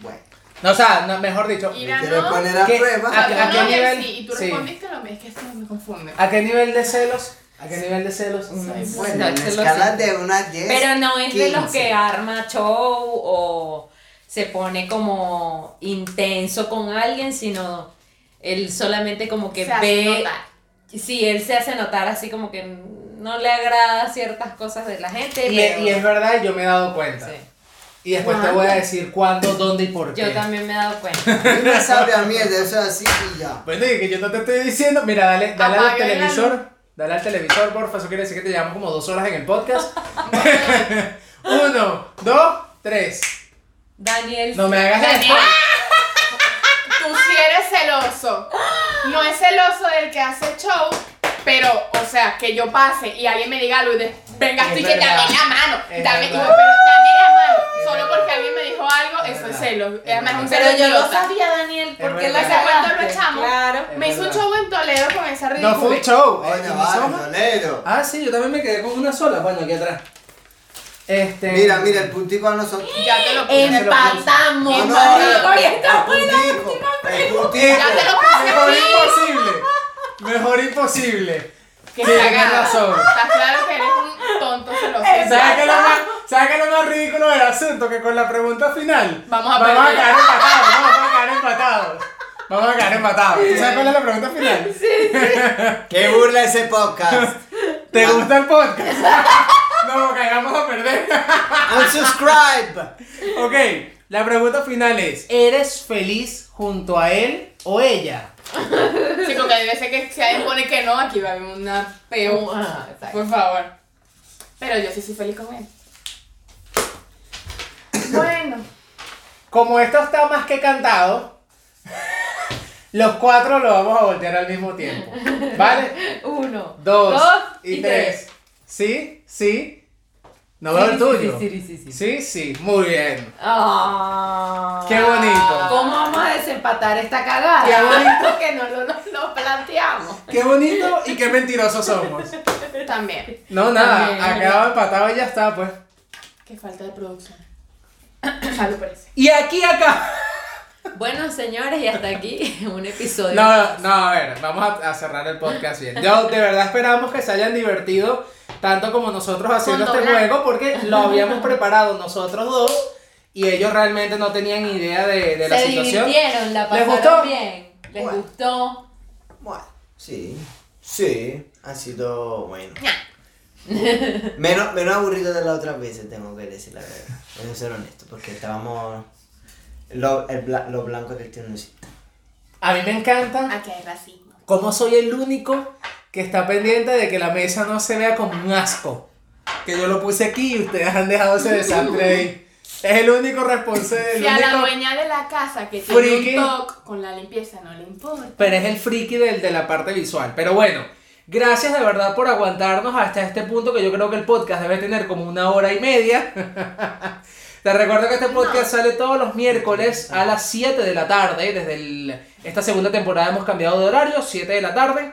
Bueno. No, o sea, no, mejor dicho. Ira- ¿Me Ya quieres no. poner a ¿Qué? prueba? ¿A Ah, qué- a no, qué no, y nivel? sí, y tú Sí. respondiste lo mismo, es que esto me confunde. ¿A qué nivel de celos? ¿A qué nivel de celos? Bueno, en Exacto, lo escala sé. de una 10. Pero no es de los 15. que arma show o se pone como intenso con alguien, sino él solamente como que Se hace ve. notar. Sí, él se hace notar así como que no le agrada ciertas cosas de la gente. Y, pero- y es verdad, yo me he dado cuenta. Sí. Y después te voy a decir cuándo, dónde y por qué. Yo también me he dado cuenta. A mí me sabe a mierda, eso es así y ya. Bueno, y Pues que yo no te estoy diciendo, mira, dale, dale al Apaga la televisor, dale al televisor, porfa, eso quiere decir que te llevamos como dos horas en el podcast. Uno, dos, tres. Daniel. No me hagas esto. Tú sí eres celoso. No es celoso del que hace show, pero, o sea, que yo pase y alguien me diga algo y de, venga Es tú y que verdad. dame la mano. Es dame, verdad. no, pero dame la mano. Es Solo verdad. porque alguien me dijo algo, Es eso es verdad. celo. Es Además, es un verdad. celo Pero yo lo idiota. sabía, Daniel, porque Es la verdad. sacaste. Ese cuento lo echamos. Claro. Es Me hizo un verdad. show en Toledo con esa ridícula. No fue un show. eh, Coño, ¿mis vale, ojos? Toledo. Ah, sí, yo también me quedé con una sola. Bueno, aquí atrás. Este, Mira, mira, el puntico a nosotros. Ya te lo puse. Empatamos. No, no, marico, y el estamos pues, en la- puntico, El puntico. Ya te lo puse. Mejor imposible. Mejor imposible. Qué Tienes cagada. razón. Está claro que eres un tonto celoso. ¿Sabes qué es lo más- sabes qué es lo más ridículo del asunto? Que con la pregunta final Vamos a vamos a perder. quedar empatados, vamos a quedar empatados. Vamos a quedar empatados. ¿Tú sabes cuál es la pregunta final? Qué burla ese podcast. ¿Te gusta el podcast? No, caigamos a perder. Unsubscribe. Ok, la pregunta final es: ¿Eres feliz junto a él o ella? Sí, porque hay veces que si alguien pone que no, aquí va a haber una peor. Ah, exacto. Por favor. Pero yo sí soy feliz con él. Bueno. Como esto está más que cantado, los cuatro lo vamos a voltear al mismo tiempo. ¿Vale? Uno, Dos, dos y, tres. Sí, sí. No veo el Sí, sí, tuyo. sí, sí, sí, sí. Sí, sí, muy bien. Ah. Qué bonito. ¿Cómo vamos a desempatar esta cagada? Qué bonito. que no lo, lo- lo planteamos. Qué bonito y qué mentirosos somos. También. No, nada, También. ha quedado empatado y ya está, pues. Qué falta de producción. Salud por eso. Y aquí acá. Bueno, señores, y hasta aquí un episodio. No, no, no, a ver, vamos a, a cerrar el podcast bien. Yo de verdad esperamos que se hayan divertido tanto como nosotros haciendo Con este doblar. juego porque lo habíamos preparado nosotros dos y ellos realmente no tenían idea de, de la Se situación. divirtieron, la ¿Les pasaron gustó? bien. Les Bueno. gustó. Bueno, sí, sí, ha sido bueno. Menos, menos aburrido de las otras veces, tengo que decir la verdad. Voy a ser honesto, porque estábamos. Lo, el bla- lo blanco que tiene A mí me encanta Aquí hay racismo. cómo soy el único que está pendiente de que la mesa no se vea como un asco. Que yo lo puse aquí y ustedes han dejado ese desastre ahí. Es el único responsable, el Si a la único- dueña de la casa que Friki. tiene un toque con la limpieza no le importa. pero es el friki del, de la parte visual. Pero bueno, gracias de verdad por aguantarnos hasta este punto que yo creo que el podcast debe tener como una hora y media. Te recuerdo que este podcast sale todos los miércoles a las 7 de la tarde. Desde el- esta segunda temporada hemos cambiado de horario, 7 de la tarde.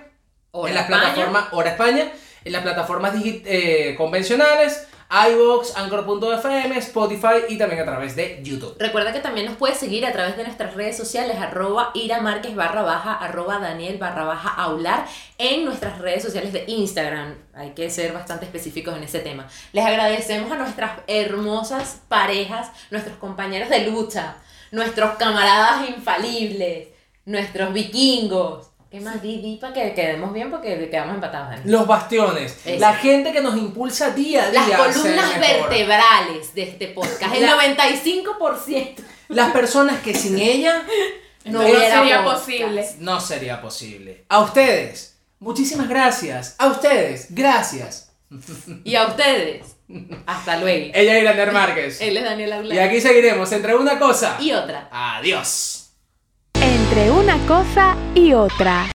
Hora en las España. plataformas Hora España, en las plataformas digi- eh, convencionales, iVoox, Anchor.fm, Spotify y también a través de YouTube. Recuerda que también nos puedes seguir a través de nuestras redes sociales, arroba Ira Márquez barra baja, arroba Daniel barra baja Aular, en nuestras redes sociales de Instagram. Hay que ser bastante específicos en ese tema. Les agradecemos a nuestras hermosas parejas, nuestros compañeros de lucha, nuestros camaradas infalibles, nuestros vikingos. ¿Qué más, Didi? Para que quedemos bien porque quedamos empatados. Dani. Los bastiones, Eso. la gente que nos impulsa día a día. Las a ser columnas mejor. vertebrales de este podcast, el La- 95%. Las personas que sin ella no, No, sería hubiéramos- posible. no sería posible. A ustedes, muchísimas gracias. A ustedes, gracias. Y a ustedes, hasta luego. Ella es Irander Márquez. Él es Daniel Aguilar. Y aquí seguiremos entre una cosa. y otra. Adiós. Entre una cosa y otra.